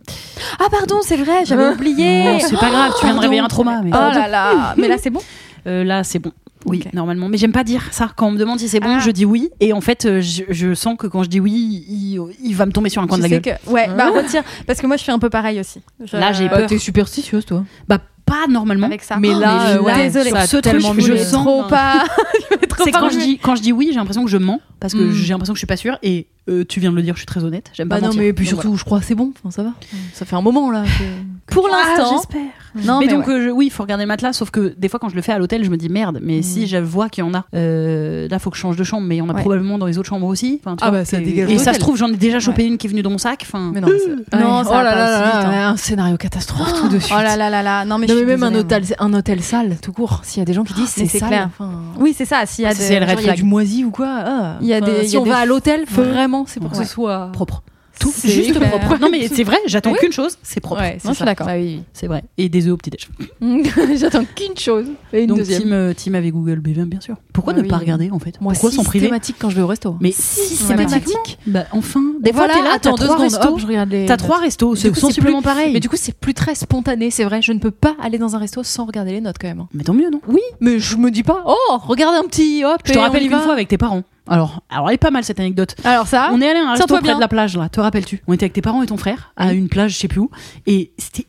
S4: Ah pardon, c'est vrai, j'avais
S5: Hein
S4: oublié.
S3: Non, c'est pas grave, tu viens de
S4: Pardon.
S3: réveiller un trauma. Mais
S4: Oh là là, mais là c'est bon.
S3: Euh, là, c'est bon. Oui,
S4: Ok.
S3: normalement. Mais j'aime pas dire ça. Quand on me demande si c'est bon,
S4: Ah.
S3: je dis oui. Et en fait, euh, je, je sens que quand je dis oui, il, il va me tomber sur un coin de
S4: Je
S3: la
S4: sais
S3: gueule.
S4: que ouais,
S5: Hein
S4: bah retire parce que moi je suis un peu pareil aussi. Je-
S3: Là, j'ai
S4: euh,
S3: peur.
S5: T'es superstitieuse toi.
S3: Bah, pas normalement.
S4: avec ça.
S5: Mais là,
S4: je-
S5: euh, ouais,
S4: désolée.
S3: sur
S5: ça a
S3: ce truc,
S5: tellement
S3: je
S5: mieux.
S3: sens.
S4: trop pas. je vais trop
S3: C'est
S4: pas
S3: quand je
S4: mieux.
S3: dis quand je dis oui, j'ai l'impression que je mens parce que
S5: Mm.
S3: j'ai l'impression que je suis pas sûre. Et euh, tu viens de le dire, je suis très honnête. J'aime pas
S5: Bah non,
S3: mentir.
S5: mais puis
S3: Donc,
S5: surtout, je crois c'est bon, enfin, ça va. Ça fait un moment là. que-
S4: pour
S3: voilà. Ah,
S4: l'instant.
S3: j'espère.
S4: non
S3: mais,
S4: mais
S3: donc
S4: ouais.
S3: euh, je- oui, il faut regarder le matelas. Sauf que des fois, quand je le fais à l'hôtel, je me dis merde. Mais
S5: Hmm.
S3: si je vois qu'il y en a, euh, là, faut que je change de chambre. Mais il y en a
S4: Ouais.
S3: probablement dans les autres chambres aussi. Enfin, tu
S5: Ah
S3: vois,
S5: bah, ça
S3: et-
S5: dégage
S3: Et ça
S5: l'hôtel.
S3: se trouve, j'en ai déjà chopé une qui est venue dans mon sac. Enfin,
S5: Mais non, c'est-
S4: Non,
S5: Ouais.
S4: ça
S5: oh
S4: va
S5: là
S4: pas
S5: là
S4: aussi
S5: là
S4: vite, hein.
S5: là, un scénario catastrophe tout de suite.
S4: Oh là là là là, non mais,
S5: Non, mais
S4: je suis
S5: même un
S4: désolée, Oh,
S5: hôtel, c'est un hôtel sale, tout court. S'il y a des gens qui disent
S4: mais
S5: c'est
S4: c'est
S5: sale,
S4: clair.
S5: enfin,
S4: hein. Oui, c'est ça, s'il y a
S3: Ça, c'est le red
S4: des genre, il y a
S3: flag.
S4: du-
S5: moisi ou quoi. ah.
S4: Il y a des- il y
S5: si
S4: a
S5: on
S4: des-
S5: va à l'hôtel,
S4: Ouais.
S5: vraiment, c'est pour que
S4: Ouais.
S5: ce soit
S3: propre. tout
S4: C'est
S3: juste
S4: hyper-
S3: propre. Non mais c'est vrai, j'attends
S5: Oui.
S3: qu'une chose, c'est propre.
S5: Ouais, c'est
S4: Non, je suis
S5: ça.
S4: d'accord.
S5: Bah oui,
S3: C'est vrai. Et des œufs au petit déj.
S5: oui. J'attends qu'une chose. Et une
S3: Donc
S5: deuxième.
S3: team, euh, team avec Google BVM bien sûr. Pourquoi
S5: Bah
S3: ne
S5: oui.
S3: pas regarder en fait
S5: Moi,
S3: Pourquoi s'en priver
S5: systématique quand je vais au resto.
S3: Mais
S5: systématiquement.
S3: systématiquement. Bah enfin, des
S5: voilà,
S3: fois t'es là, t'as
S5: attends deux
S3: trois
S5: secondes, hop,
S3: restos.
S5: je regarde les.
S3: T'as trois restos,
S5: Du
S3: c'est
S5: coup, c'est
S3: sensiblement pareil.
S5: Mais du coup, c'est plus très spontané, c'est vrai. Je ne peux pas aller dans un resto sans regarder les notes quand même. hein.
S3: Mais tant mieux non
S5: Oui, mais je me dis pas, oh, regarde un petit, hop,
S3: Je
S5: et
S3: te
S5: on y
S3: rappelle qu'une
S5: va.
S3: fois avec tes parents. Alors, alors elle est pas mal cette anecdote.
S4: Alors ça,
S5: Ah,
S3: on est allé à un resto
S4: tiens-toi
S3: près
S4: bien.
S3: de la plage là, te rappelles-tu On était avec tes parents et ton frère
S5: Ah
S3: à une plage, je sais plus où, et c'était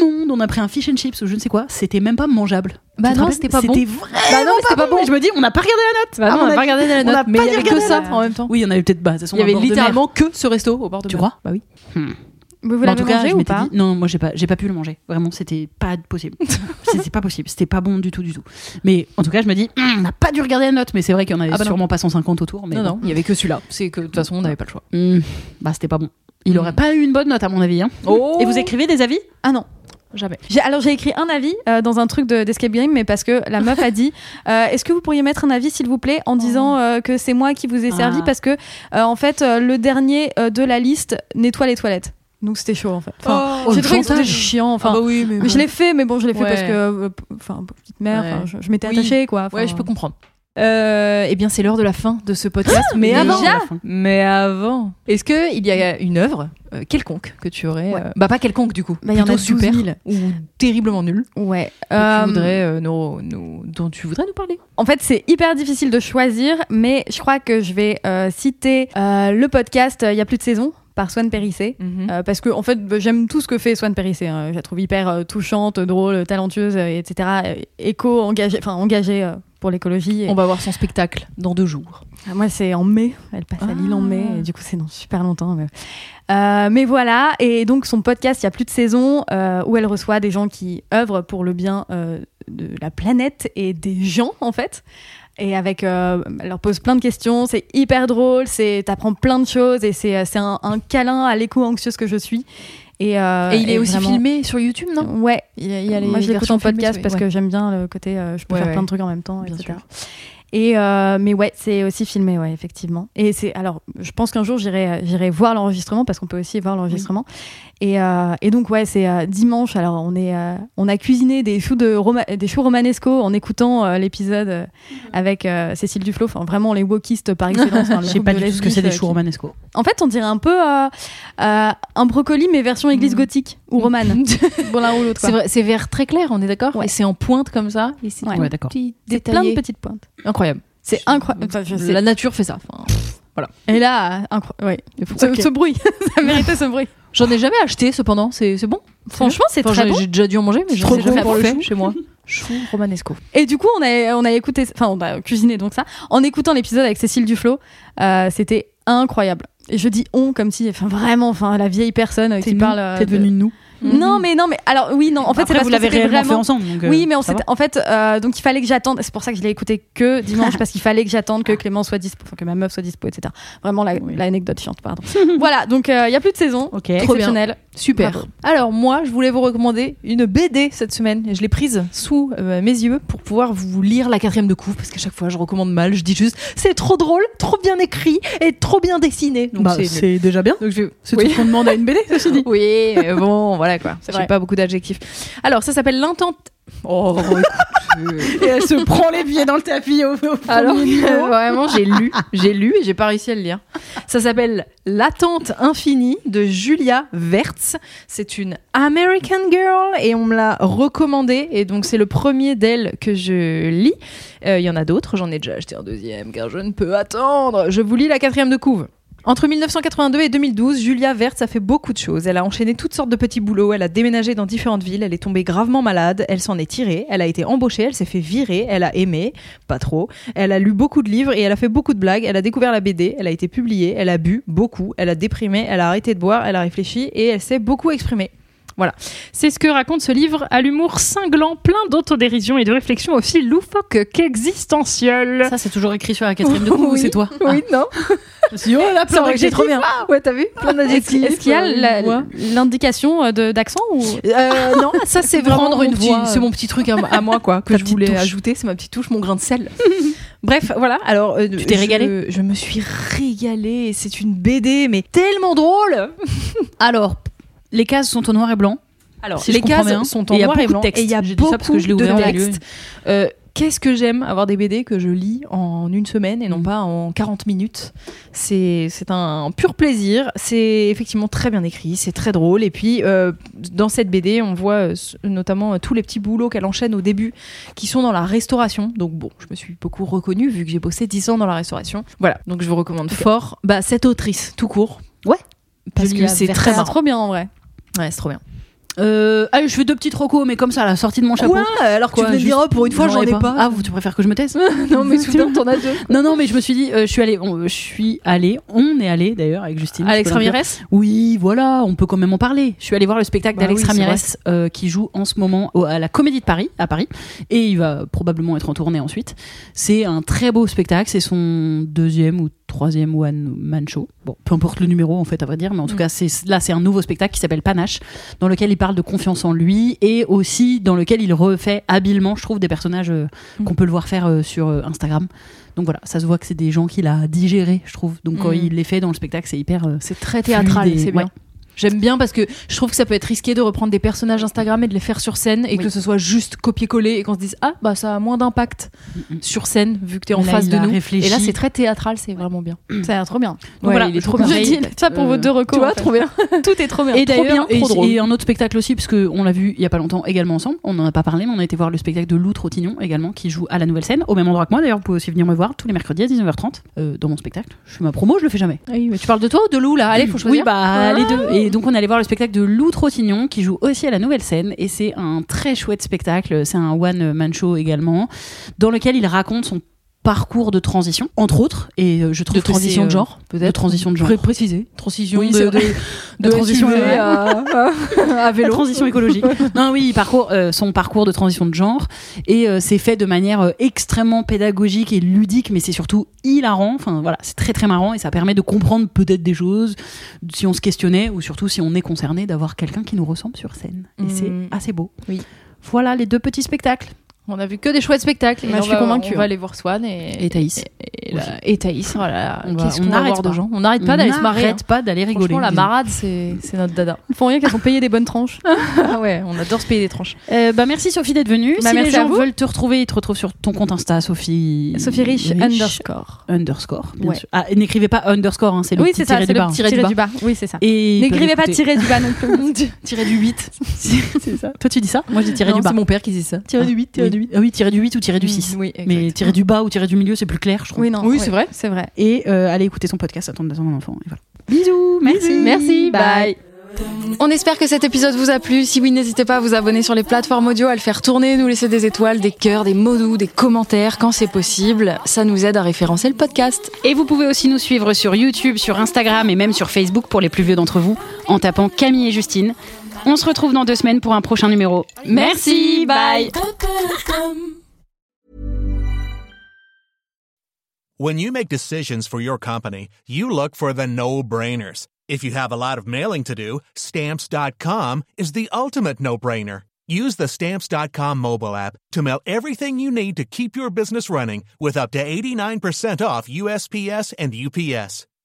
S3: immonde. On a pris un fish and chips ou je ne sais quoi, c'était même pas mangeable.
S5: Bah
S3: Tu te
S5: non,
S3: rappelles
S5: c'était pas bon.
S3: C'était vraiment
S5: Bah non,
S3: pas,
S5: c'était pas
S3: bon.
S5: bon.
S3: Et Je me dis, on n'a pas regardé la note.
S5: Bah
S3: à
S5: non,
S3: mon
S5: on a
S3: avis.
S5: pas regardé la
S3: on a
S5: note, mais
S3: pas
S5: il y avait que
S3: regardé
S5: ça
S3: la
S5: en même temps.
S3: Oui, il y en avait peut-être. Bah, de toute façon,
S5: Il y
S3: un
S5: avait
S3: bord de mer.
S5: littéralement que ce resto au bord de
S3: Tu
S5: mer.
S3: crois
S5: Bah oui.
S4: vous
S3: Bah, en
S4: l'avez
S3: tout cas,
S4: mangé
S3: je
S4: ou
S3: m'étais
S4: pas
S3: dit, non, moi j'ai pas, j'ai pas pu le manger. Vraiment, c'était pas possible. c'était pas possible. C'était pas bon du tout, du tout. Mais en tout cas, je me dis, hum, on n'a pas dû regarder la note. Mais c'est vrai qu'il y en avait
S5: Ah bah non.
S3: sûrement pas 150 autour. Mais
S5: non,
S3: bon.
S5: non, il y avait que celui-là. C'est que de toute façon, on n'avait pas le choix.
S3: Hmm, bah c'était pas bon. Il
S5: Hmm.
S3: aurait pas eu une bonne note à mon avis. hein.
S5: Oh.
S3: Et vous écrivez des avis
S4: Ah non.
S5: Jamais.
S4: J'ai- alors j'ai écrit un avis euh, dans un truc de- d'escape game, mais parce que la meuf a dit euh, Est-ce que vous pourriez mettre un avis s'il vous plaît
S5: Oh.
S4: en disant euh, que c'est moi qui vous ai servi
S3: Ah.
S4: parce que euh, en fait euh, le dernier euh, de la liste nettoie les toilettes. Donc c'était chaud en fait. Enfin,
S5: Oh,
S4: j'ai
S5: le
S4: trouvé que c'était
S5: chantage.
S4: chiant. Enfin,
S5: Ah bah oui, mais.
S4: mais je l'ai fait, mais bon je l'ai fait
S5: Ouais.
S4: parce que euh, p- enfin petite mère,
S5: Ouais.
S4: enfin, je, je m'étais
S5: Oui.
S4: attachée quoi. Enfin,
S5: Ouais, je peux comprendre. Euh, eh bien, c'est l'heure de la fin de ce podcast. Ah, mais
S3: Déjà
S5: avant,
S3: La fin.
S5: Mais avant, est-ce que il y a une œuvre euh, quelconque que tu aurais,
S4: Ouais.
S5: euh, bah pas quelconque du coup,
S4: Bah, il y en a
S5: plutôt
S4: 12 000.
S5: super ou terriblement nulle,
S4: Ouais.
S5: que
S4: Euh,
S5: tu voudrais, euh, nous- nous- dont tu voudrais nous parler
S4: En fait, c'est hyper difficile de choisir, mais je crois que je vais euh, citer euh, le podcast Il y a plus de saison par Swan Périssé. Euh, parce que en fait bah, j'aime tout ce que fait Swan Périssé hein. je la trouve hyper euh, touchante drôle talentueuse euh, etc euh, éco engagée enfin engagée euh, pour l'écologie Et-
S5: On va voir son spectacle dans deux jours.
S4: Ah, moi c'est en mai elle passe à Lille en mai
S5: Ah.
S4: et du coup c'est dans super longtemps mais... Euh, mais voilà et donc son podcast il y a plus de saison euh, où elle reçoit des gens qui œuvrent pour le bien euh, de la planète et des gens en fait et avec, euh, elle leur pose plein de questions, c'est hyper drôle, c'est t'apprends plein de choses et c'est euh, c'est un, un câlin à l'écho anxieuse que je suis. Et, euh,
S5: Et il est aussi
S4: vraiment-
S5: filmé hein sur YouTube, non
S4: Ouais,
S5: Il y a, il y a les
S4: moi je l'écoute
S5: versions
S4: en
S5: filmées,
S4: podcast
S5: oui,
S4: parce
S5: ouais.
S4: que j'aime bien le côté euh, je peux
S5: Ouais,
S4: faire
S5: ouais.
S4: plein de trucs en même temps,
S5: Bien
S4: etc. Et euh, mais ouais, c'est aussi filmé, ouais, effectivement. Et c'est alors, je pense qu'un jour j'irai euh, j'irai voir l'enregistrement parce qu'on peut aussi voir l'enregistrement. Et, euh, et donc ouais, c'est euh, dimanche. Alors on est euh, on a cuisiné des choux de Roma- des choux romanesco en écoutant euh, l'épisode euh,
S3: Mm-hmm.
S4: avec euh, Cécile Duflo. Enfin vraiment les wokistes par excellence. Enfin, le
S3: Je sais
S4: groupe
S3: pas
S4: de
S3: du tout ce que c'est
S4: lesbiques,
S3: des
S4: euh,
S3: choux
S4: qui-
S3: romanesco.
S4: En fait, on dirait un peu euh, euh, un brocoli mais version église
S5: Mm.
S4: gothique ou romane. bon l'un ou l'autre. quoi.
S5: C'est vrai- c'est vert très clair, on est d'accord Et c'est en pointe comme ça. Et c'est
S4: Ouais.
S5: tout
S3: Ouais, d'accord.
S5: petit,
S4: C'est plein de
S5: détaillé.
S4: petites pointes.
S5: Incroyable.
S4: C'est incroyable. Enfin, je sais.
S5: La nature fait ça. enfin,
S4: Et là, incroyable. Ouais.
S5: c'est fou.
S4: Ce,
S5: Ok.
S4: ce bruit, ça méritait ce bruit.
S5: J'en ai jamais acheté, cependant. C'est c'est bon
S4: Franchement, c'est
S5: Enfin, j'en
S4: très
S5: ai-
S4: bon.
S5: J'ai déjà dû en manger, mais
S4: C'est
S5: je
S4: trop
S5: n'ai jamais
S4: bon pour le
S5: fait
S4: chou.
S5: chez moi. Chou romanesco.
S4: Et du coup, on a, on a écouté, enfin, on a cuisiné donc ça. En écoutant l'épisode avec Cécile Duflo, euh, c'était incroyable. Et je dis on comme si, enfin, vraiment, enfin, la vieille personne euh, qui parle. euh, de-
S3: nous.
S4: Non, mais non, mais alors, oui, non, en fait, c'est
S3: Mhm. Après,
S4: parce
S3: vous
S4: que
S3: l'avez
S4: c'était
S3: réellement fait
S4: vraiment-
S3: ensemble. donc, euh,
S4: Oui, mais on
S3: ça
S4: s'était- en fait, euh, donc il fallait que j'attende. C'est pour ça que je l'ai écouté que dimanche, parce qu'il fallait que j'attende que Clément soit dispo, enfin, que ma meuf soit dispo, etc. Vraiment la-
S3: Ah. Oui.
S4: l'anecdote chiante, pardon. voilà, donc euh, il y a plus de saison.
S3: va Ok.
S5: Trop bien.
S4: Exceptionnel.
S5: Super.
S4: Bravo.
S5: Alors moi, je voulais vous recommander une BD cette semaine. Je l'ai prise sous euh, mes yeux pour pouvoir vous lire la quatrième de couve parce qu'à chaque fois, je recommande mal. Je dis juste, c'est trop drôle, trop bien écrit et trop bien dessiné. Donc
S3: Bah,
S5: c'est nul.
S3: C'est déjà bien.
S5: Donc je-
S3: C'est
S5: Oui.
S3: tout ce qu'on demande à une BD, ceci dit.
S5: Oui, mais bon, voilà quoi.
S4: C'est
S5: J'ai
S4: vrai.
S5: pas beaucoup d'adjectifs. Alors, ça s'appelle l'intente. Oh, écoute, euh,
S3: Et elle se prend les pieds dans le tapis au, au premier
S5: Alors,
S3: niveau.
S5: vraiment, j'ai lu, j'ai lu et j'ai pas réussi à le lire. Ça s'appelle L'attente infinie de Julia Vertz. C'est une American Girl et on me l'a recommandé. Et donc, c'est le premier d'elle que je lis. Euh, Il y en a d'autres, j'en ai déjà acheté un deuxième car je ne peux attendre. Je vous lis la quatrième de couve. Entre 1982 et 2012, Julia Vertz a fait beaucoup de choses. Elle a enchaîné toutes sortes de petits boulots, elle a déménagé dans différentes villes, elle est tombée gravement malade, elle s'en est tirée, elle a été embauchée, elle s'est fait virer, elle a aimé, pas trop, elle a lu beaucoup de livres et elle a fait beaucoup de blagues, elle a découvert la BD, elle a été publiée, elle a bu beaucoup, elle a déprimé, elle a arrêté de boire, elle a réfléchi et elle s'est beaucoup exprimée. Voilà.
S6: C'est ce que raconte ce livre à l'humour cinglant, plein d'autodérision et de réflexion aussi loufoque qu'existentielle.
S3: Ça, c'est toujours écrit sur la quatrième de coup,
S5: Oui.
S3: c'est toi.
S5: Oui, non
S3: Je me suis dit, oh là,
S5: C'est
S3: plein
S5: vrai que j'ai trop bien. Ouais, t'as vu Plein
S4: Est-ce
S5: d'adjectifs.
S4: est-ce qu'il y a
S5: euh,
S4: la-
S5: voix.
S4: l'indication euh, de- d'accent ou
S5: Euh, non, ça c'est vraiment
S3: Prendre
S5: mon
S3: une
S5: petit-
S3: voix, euh.
S5: c'est mon petit truc à, à moi quoi que
S3: Ta
S5: je
S3: petite
S5: voulais
S3: touche.
S5: ajouter, c'est ma petite touche, mon grain de sel. Bref, voilà. Alors, euh,
S3: Tu t'es
S5: je-
S3: régalée
S5: Je me suis régalée. C'est une BD, mais tellement drôle.
S3: Alors, les cases sont en noir et blanc.
S5: Alors,
S3: Si je
S5: les
S3: comprends
S5: cases
S3: bien,
S5: sont
S3: et
S5: en
S3: il y a
S5: noir et
S3: beaucoup de
S5: blanc
S3: textes.
S5: et il y a
S3: J'ai dit
S5: beaucoup
S3: ça parce que je l'ai
S5: de
S3: ouvert, on l'a lu.
S5: textes. Euh, Qu'est-ce que j'aime avoir des BD que je lis en une semaine et non
S3: Mm.
S5: pas en 40 minutes. C'est c'est un pur plaisir. C'est effectivement très bien écrit, c'est très drôle. Et puis, euh, dans cette BD, on voit euh, s- notamment euh, tous les petits boulots qu'elle enchaîne au début qui sont dans la restauration. Donc, bon, je me suis beaucoup reconnue vu que j'ai bossé 10 ans dans la restauration. Voilà, donc je vous recommande fort bah, cette autrice, tout court.
S3: Ouais.
S5: Parce
S3: Julia
S5: que c'est
S3: Vercors.
S5: très
S4: Ça a
S5: marrant.
S4: trop bien en vrai.
S5: Ouais, c'est trop bien.
S3: Euh, ah, je fais deux petits recos, mais comme ça, à la sortie de mon chapeau.
S5: Alors
S3: Quoi, juste-
S5: oh, pour
S3: Ah, vous- tu préfères que je me taise
S5: non, mais soudain, t'en as deux.
S3: Non, non, mais je me suis dit, euh, je suis allée, on, je suis allée, on est allé d'ailleurs avec Justine.
S5: Alex
S3: je peux le dire.
S5: Ramirez
S3: Oui, voilà, on peut quand même en parler. Je suis allée voir le spectacle
S5: Bah
S3: d'Alex
S5: oui, c'est
S3: Ramirez euh, qui joue en ce moment au- à la Comédie de Paris, à Paris, et il va probablement être en tournée ensuite. C'est un très beau spectacle, c'est son deuxième ou troisième one man show. Bon, peu importe le numéro en fait, à vrai dire, mais en tout
S5: Mm.
S3: cas, c'est là c'est un nouveau spectacle qui s'appelle Panache, dans lequel il parle de confiance en lui et aussi dans lequel il refait habilement, je trouve, des personnages euh,
S5: Mm.
S3: qu'on peut le voir faire euh, sur euh, Instagram. Donc voilà, ça se voit que c'est des gens qu'il a digérés, je trouve. Donc quand
S5: Mm.
S3: il les fait dans le spectacle, c'est hyper euh,
S5: C'est très théâtral,
S3: Fluide et-
S5: c'est bien.
S3: ouais.
S5: J'aime bien parce que je trouve que ça peut être risqué de reprendre des personnages Instagram et de les faire sur scène et
S3: Oui.
S5: que ce soit juste copier-coller et qu'on se dise ah bah ça a moins d'impact
S3: Mm-mm.
S5: sur scène vu que t'es en
S3: Là,
S5: face
S3: il
S5: de
S3: a
S5: nous.
S3: réfléchi.
S5: Et là c'est très théâtral, c'est vraiment bien.
S3: Ah,
S4: Ça a l'air trop bien.
S3: Donc voilà,
S5: il est
S3: je
S5: trop
S3: vous
S5: bien.
S4: Je
S3: conseille,
S4: dis ça pour
S3: euh,
S4: vos deux
S5: Tu
S4: recos.
S5: vois,
S4: en fait.
S5: trop bien.
S4: Tout est trop bien.
S3: Et
S4: Trop bien,
S3: d'ailleurs, et,
S4: trop drôle.
S3: et un autre spectacle aussi, parce que on l'a vu il y a pas longtemps également ensemble. On n'en a pas parlé, mais on a été voir le spectacle de Lou Trottignon également, qui joue à la Nouvelle Scène, au même endroit que moi. D'ailleurs, vous pouvez aussi venir me voir tous les mercredis à 19h30 euh, dans mon spectacle. Je fais ma promo, je le fais jamais.
S5: Ah Oui, mais tu parles de toi ou de Lou là Allez, faut choisir. Ah.
S3: Oui, bah les deux. Et donc on allait voir le spectacle de Lou Trottignon qui joue aussi à la Nouvelle Scène et c'est un très chouette spectacle. C'est un one man show également dans lequel il raconte son parcours de transition entre autres et euh, je trouve
S5: de
S3: que
S5: transition
S3: c'est,
S5: de
S3: euh,
S5: genre, peut-être.
S3: de transition de genre.
S5: Pré- Préciser. Transition
S3: Oui,
S5: de,
S3: c'est
S5: de,
S3: vrai.
S5: de
S3: La transition,
S5: SUV
S3: ouais.
S5: à, à
S3: la
S5: vélo.
S3: transition écologique. euh, non, oui, parcours, euh, son parcours de transition de genre. Et euh, c'est fait de manière euh, extrêmement pédagogique et ludique, mais c'est surtout hilarant. Enfin, voilà, c'est très très marrant et ça permet de comprendre peut-être des choses si on se questionnait ou surtout si on est concerné d'avoir quelqu'un qui nous ressemble sur scène. Et
S5: Mhm.
S3: c'est assez beau.
S5: Oui.
S3: Voilà les deux petits spectacles.
S5: On a vu que des chouettes spectacles.
S4: Bah,
S5: Et on
S4: je suis
S5: va-
S4: convaincue,
S5: On va
S4: hein.
S5: aller voir Swan et,
S3: Et Thaïs.
S5: et, la- et Thaïs. Voilà.
S3: On va-
S5: Qu'est-ce
S3: on
S5: qu'on va
S3: n'arrête
S5: voir de
S3: pas.
S5: gens On n'arrête pas d'aller se marrer.
S3: N'arrête pas d'aller
S5: hein.
S3: rigoler.
S5: Franchement, la
S3: Disons.
S5: marade, c'est c'est notre dada.
S4: Ils font rien qu'elles ont payé des bonnes tranches.
S5: Ah ouais, on adore se payer des tranches.
S3: Euh, bah, merci Sophie d'être venue.
S4: Bah,
S3: si
S4: merci
S3: les
S4: à
S3: gens
S4: vous.
S3: veulent te retrouver, ils te retrouvent sur ton compte Insta, Sophie.
S4: Sophie Rich, underscore.
S3: underscore. bien
S4: Ouais.
S3: sûr. Ah, et n'écrivez pas underscore, hein, c'est le
S4: Oui,
S3: petit
S4: c'est ça,
S3: tiré
S4: c'est
S3: du
S4: le
S3: bas.
S4: petit tiré du bas. Oui, c'est ça.
S3: Et
S4: N'écrivez pas
S3: tirer
S4: tiré du bas non plus.
S5: Tirer du 8.
S3: c'est ça. Toi, tu dis ça Moi, je dis tirer
S5: Non,
S3: du bas.
S5: C'est mon père qui dit ça. Tirer
S3: Ah,
S5: du 8,
S3: oui. Ah oui, tirer du 8 ou tirer du 6.
S5: Oui,
S3: Mais tirer du bas ou tirer du milieu, c'est plus clair, je trouve.
S4: Mm, Oui, non.
S5: Oui, c'est vrai.
S4: C'est vrai.
S3: Et euh, allez écouter son podcast, attendre d'attendre un enfant. Et voilà. Bisous, merci.
S5: Merci, bye.
S7: On espère que cet épisode vous a plu. Si oui, n'hésitez pas à vous abonner sur les plateformes audio, à le faire tourner, nous laisser des étoiles, des cœurs, des mots doux, des commentaires quand c'est possible. Ça nous aide à référencer le podcast.
S3: Et vous pouvez aussi nous suivre sur YouTube, sur Instagram et même sur Facebook pour les plus vieux d'entre vous en tapant Camille et Justine. On se retrouve dans deux semaines pour un prochain numéro. Merci, bye.
S8: When you make decisions for your company, you look for the no brainers. If you have a lot of mailing to do, stamps.com is the ultimate no brainer. Use the stamps.com mobile app to mail everything you need to keep your business running with up to 89% off USPS and UPS.